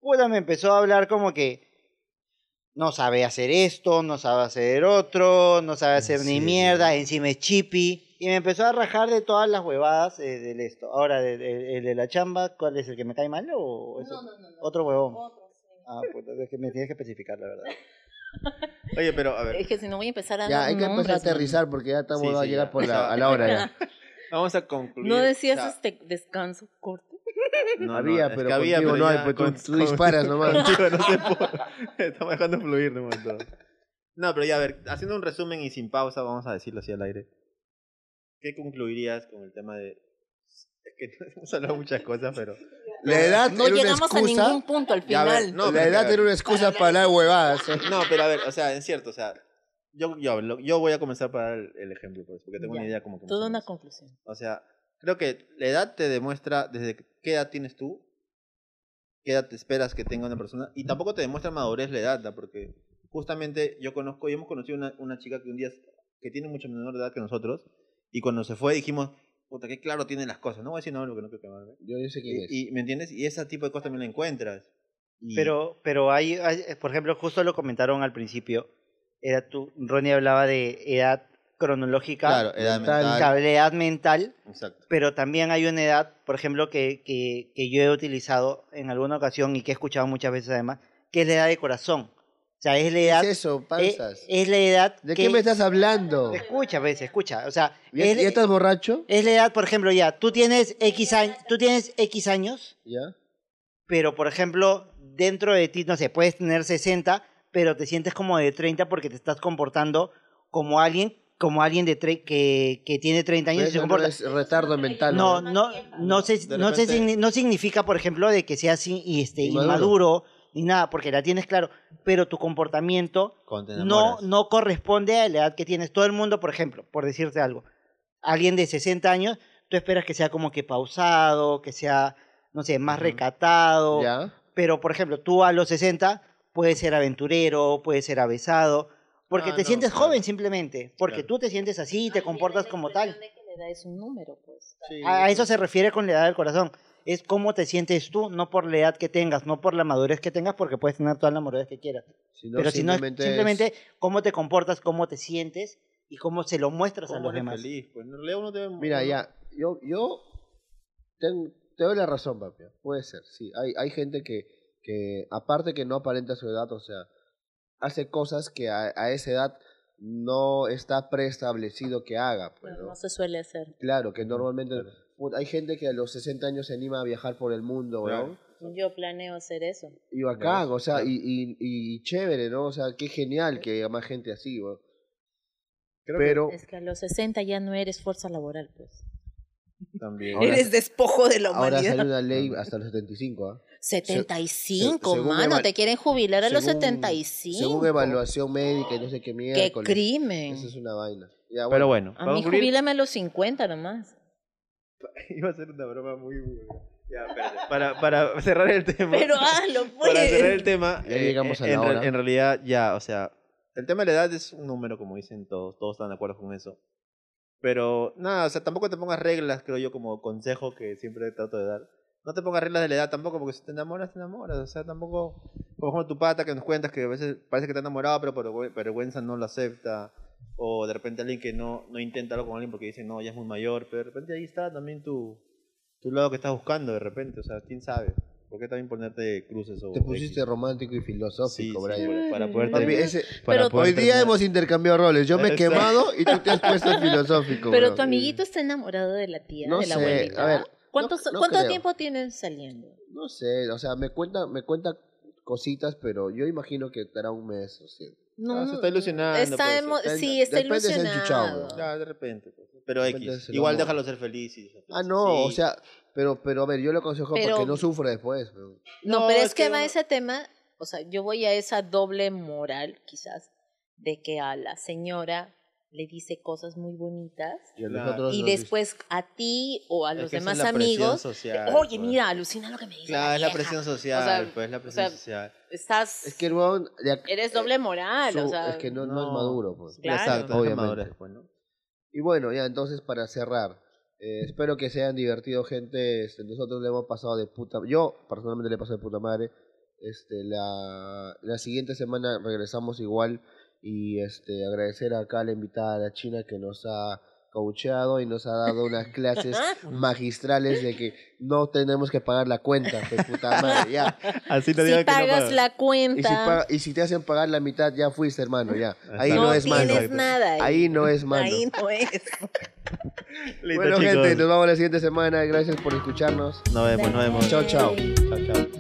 S4: Puta, me empezó a hablar como que no sabe hacer esto, no sabe hacer otro, no sabe hacer ni
S2: Eh, Sí.
S4: mierda, encima es chippy. Y me empezó a rajar de todas las huevadas eh, del esto. Ahora, de- de- el de la chamba, ¿cuál es el que me cae mal o es
S3: No,
S4: otro?
S3: no, no, no.
S4: otro huevón?
S3: Otro, sí.
S4: Ah, puta, es que me tienes que especificar, la verdad.
S2: Oye, pero a ver,
S3: Es que si no voy a empezar a
S1: Ya,
S3: dar
S1: hay que empezar a
S3: nombres,
S1: aterrizar porque ya estamos
S2: Sí,
S1: a
S2: sí,
S1: llegar
S2: ya.
S1: por la, a la hora ya.
S2: vamos a
S3: man.
S2: concluir.
S3: ¿No decías
S2: O sea,
S3: este descanso corto?
S2: No, no,
S1: había,
S2: es
S1: pero
S2: que había,
S1: contigo
S2: pero
S1: no hay,
S2: ya
S1: pues tú,
S2: con-
S1: tú
S2: con-
S1: disparas nomás.
S2: Contigo no se puede. Estamos dejando fluir nomás todo. No, pero ya, a ver, haciendo un resumen y sin pausa, vamos a decirlo así al aire. ¿Qué concluirías con el tema de...? Es que hemos hablado muchas cosas, pero...
S1: La edad
S3: No
S1: era una
S3: llegamos a
S1: excusa.
S3: ningún punto al
S2: Ya, a
S3: final.
S2: ver, no,
S1: la
S2: porque, a
S1: edad
S2: ver,
S1: era una excusa para hablar huevadas.
S2: No, pero a ver, o sea, es cierto, o sea, yo, yo, lo- yo voy a comenzar para el, el ejemplo, pues, porque tengo una
S3: Ya.
S2: idea como que... más o
S3: Toda una
S2: menos.
S3: conclusión.
S2: O sea, creo que la edad te demuestra desde qué edad tienes tú, qué edad te esperas que tenga una persona, y tampoco te demuestra madurez la edad, ¿da? porque justamente yo conozco y hemos conocido una, una chica que un día, es- que tiene mucho menor edad que nosotros, y cuando se fue dijimos, puta, qué claro tiene las cosas, no voy a decir no, porque no quiero quemarme.
S1: Yo, yo sé quién es.
S2: Y, y, ¿Me entiendes? Y ese tipo de cosas también la encuentras. Y-
S4: Pero, pero hay, hay- eh, por ejemplo, justo lo comentaron al principio. Era tú, Ronnie hablaba de edad cronológica,
S2: Claro, edad
S1: mental,
S2: mental.
S4: claro, edad mental,
S2: Exacto.
S4: pero también hay una edad, por ejemplo, que, que, que yo he utilizado en alguna ocasión y que he escuchado muchas veces además, que es la edad de corazón. O sea, es la
S1: ¿Qué
S4: edad.
S1: es eso,
S4: eh,
S1: panzas?
S4: es, la edad.
S1: ¿De
S4: que- eh,
S1: qué me estás hablando?
S4: Escucha, ves, escucha. O sea,
S1: ¿Ya,
S4: es,
S1: ya estás borracho?
S4: es la edad, por ejemplo, ya, tú tienes X años, tú tienes X años
S1: ¿Ya?
S4: pero por ejemplo, dentro de ti, no sé, puedes tener 60, pero te sientes como de 30 porque te estás comportando como alguien, como alguien de tre- que, que tiene 30 años
S1: Pero
S4: y se
S1: Eso no
S4: comporta.
S1: es retardo mental.
S4: No,
S1: ¿no?
S4: no, no, se-
S2: De
S4: no, se
S2: repente-
S4: signi- no significa, por ejemplo, de que seas in- y, este,
S1: Inmaduro.
S4: inmaduro. ni nada, porque la tienes claro, pero tu comportamiento
S2: Cuando te
S4: no,
S2: enamoras.
S4: no corresponde a la edad que tienes. Todo el mundo, por ejemplo, por decirte algo, alguien de 60 años, tú esperas que sea como que pausado, que sea, no sé, más
S2: Ujú.
S4: recatado,
S1: ¿Ya?
S4: pero, por ejemplo, tú a los 60 puedes ser aventurero, puedes ser avesado, porque
S2: Ah,
S4: te
S2: no,
S4: sientes
S2: claro.
S4: joven simplemente, porque
S2: Claro.
S4: tú te sientes así y te comportas como tal.
S3: Es un número, pues.
S2: Sí,
S4: A, a eso se refiere con la edad del corazón. Es cómo te sientes tú, no por la edad que tengas, no por la madurez que tengas, porque puedes tener toda la madurez que quieras.
S1: Si no,
S4: pero si no, es
S1: es-
S4: simplemente cómo te comportas, cómo te sientes y cómo se lo muestras a
S2: ¿Cómo
S4: los
S2: eres
S4: demás.
S2: feliz? Pues, en realidad uno te-
S1: Mira,
S2: uno-
S1: ya, yo, yo ten- te doy la razón, papi. Puede ser, sí. Hay, hay gente que, que, aparte que no aparenta su edad, o sea, hace cosas que a, a esa edad no está preestablecido que haga. Pues,
S3: No,
S1: ¿no?
S3: no se suele hacer.
S1: Claro, que normalmente...
S2: Claro.
S1: Puta, Hay gente que a los 60 años se anima a viajar por el mundo,
S2: Claro.
S1: weón.
S3: Yo planeo hacer eso.
S1: Y bacán,
S2: ¿Ves?
S1: o sea,
S2: Claro.
S1: y, y, y chévere, ¿no? O sea, qué genial que haya más gente así, weón.
S2: Creo que-
S1: Pero...
S3: Es que a los 60 ya no eres fuerza laboral, pues.
S2: También.
S1: Ahora-
S3: eres despojo de la
S1: Ahora
S3: humanidad.
S1: salió una ley hasta los 75, ¿ah?
S3: 75,
S1: se- según
S3: mano,
S1: eval-
S3: te quieren jubilar a los
S1: según-
S3: 75.
S1: Según evaluación médica y no sé qué mierda.
S3: Qué crimen.
S1: Eso es una vaina. Ya, bueno,
S2: Pero bueno,
S3: A
S2: para
S3: mí
S2: concluir-
S3: jubílame a los 50 nomás.
S2: Iba a ser una broma muy... Ya, espérate. Para, para cerrar el tema.
S3: Pero hazlo, pues.
S2: Para cerrar el tema, eh,
S1: Ya llegamos a la
S2: en, re-
S1: hora.
S2: en realidad ya, o sea, el tema de la edad es un número, como dicen todos, todos están de acuerdo con eso. Pero nada, o sea, tampoco te pongas reglas, creo yo, como consejo que siempre trato de dar. No te pongas reglas de la edad tampoco, porque si te enamoras, te enamoras. O sea, tampoco, por ejemplo, Pues tu pata que nos cuentas que a veces parece que te ha enamorado, pero por vergü- vergüenza no lo acepta. O de repente alguien que no, no intenta algo con alguien porque dice, no, ya es muy mayor. Pero de repente ahí está también tu, tu lado que estás buscando, de repente. O sea, quién sabe. ¿Por qué también ponerte cruces o
S1: te pusiste
S2: X?
S1: romántico y
S2: Sí,
S1: filosófico,
S2: sí,
S1: Brian.
S2: para- para poder
S1: Papi,
S2: terminar-
S1: ese-
S2: para
S3: Pero-
S2: poder
S1: hoy día
S2: terminar.
S1: hemos intercambiado roles. Yo me he
S2: Exacto.
S1: quemado y tú te has puesto filosófico.
S3: Pero
S1: bro.
S3: tu amiguito está enamorado de la tía,
S1: No
S3: de la
S1: sé,
S3: abuelita.
S1: a ver,
S3: ¿Cuántos-
S1: no- no
S3: ¿Cuánto
S1: creo.
S3: tiempo tienen saliendo?
S1: No sé, o sea, me cuenta, me cuenta cositas, pero yo imagino que estará un mes o sí.
S2: Ah, se está ilusionando,
S3: Está
S2: pues,
S3: emo-
S1: está-
S3: sí, está
S1: depende si es
S3: ilusionado.
S1: enchuchado,
S2: Ya, de repente. pues. Pero
S1: De repente
S2: X.
S1: se lo
S2: Igual
S1: amor.
S2: déjalo ser feliz. y- pues.
S1: Ah, no,
S2: Sí.
S1: o sea, pero, pero a ver, yo lo aconsejo
S3: Pero-
S1: porque no sufre después. bro.
S3: No,
S2: No,
S3: pero
S2: es
S3: es que
S2: que
S3: va
S2: uno-
S3: ese tema, o sea, yo voy a esa doble moral, quizás, de que a la señora le dice cosas muy bonitas
S1: Y, a
S2: Claro.
S1: nosotros
S3: y
S1: nos-
S3: después a ti o a
S2: Es
S3: los
S2: que esa
S3: demás
S2: es la presión
S3: amigos,
S2: social,
S3: oye,
S2: pues.
S3: mira, alucina lo que me dice.
S2: Claro,
S3: la
S2: es la
S3: vieja".
S2: presión social,
S3: sea,
S2: pues, es la
S3: o
S2: presión
S3: sea,
S2: social.
S3: Estás,
S1: Es que el huevón de ac-
S3: eres doble moral,
S1: su-
S3: o sea,
S1: es que no, no es
S2: no,
S1: maduro. Pues.
S3: Claro.
S2: Exacto, es la
S1: Obviamente.
S2: madurez, pues, ¿no?
S1: Y bueno, ya entonces para cerrar, Eh, espero que se hayan divertido, gente. Este, nosotros le hemos pasado de puta... Yo, personalmente, le he pasado de puta madre. Este, la, la siguiente semana regresamos igual y este, agradecer acá a la invitada a la China que nos ha coacheado y nos ha dado unas clases
S3: ¿ah?
S1: magistrales de que no tenemos que pagar la cuenta, de puta madre, ya.
S2: Así te digo
S3: Si
S2: que no
S3: pagas
S2: pagas.
S3: la
S1: Y si,
S3: cuenta,
S1: paga- y si te hacen pagar la mitad, ya fuiste, hermano, ya. Ahí
S2: Exacto.
S1: no
S3: no
S1: es mano.
S3: tienes nada.
S1: Ahí no es mano.
S3: Ahí no es.
S2: Listo,
S1: Bueno,
S2: chicos.
S1: gente, nos vemos la siguiente semana. Gracias por escucharnos.
S2: Nos vemos, nos vemos.
S1: Chao, chao.
S2: Chao, chao.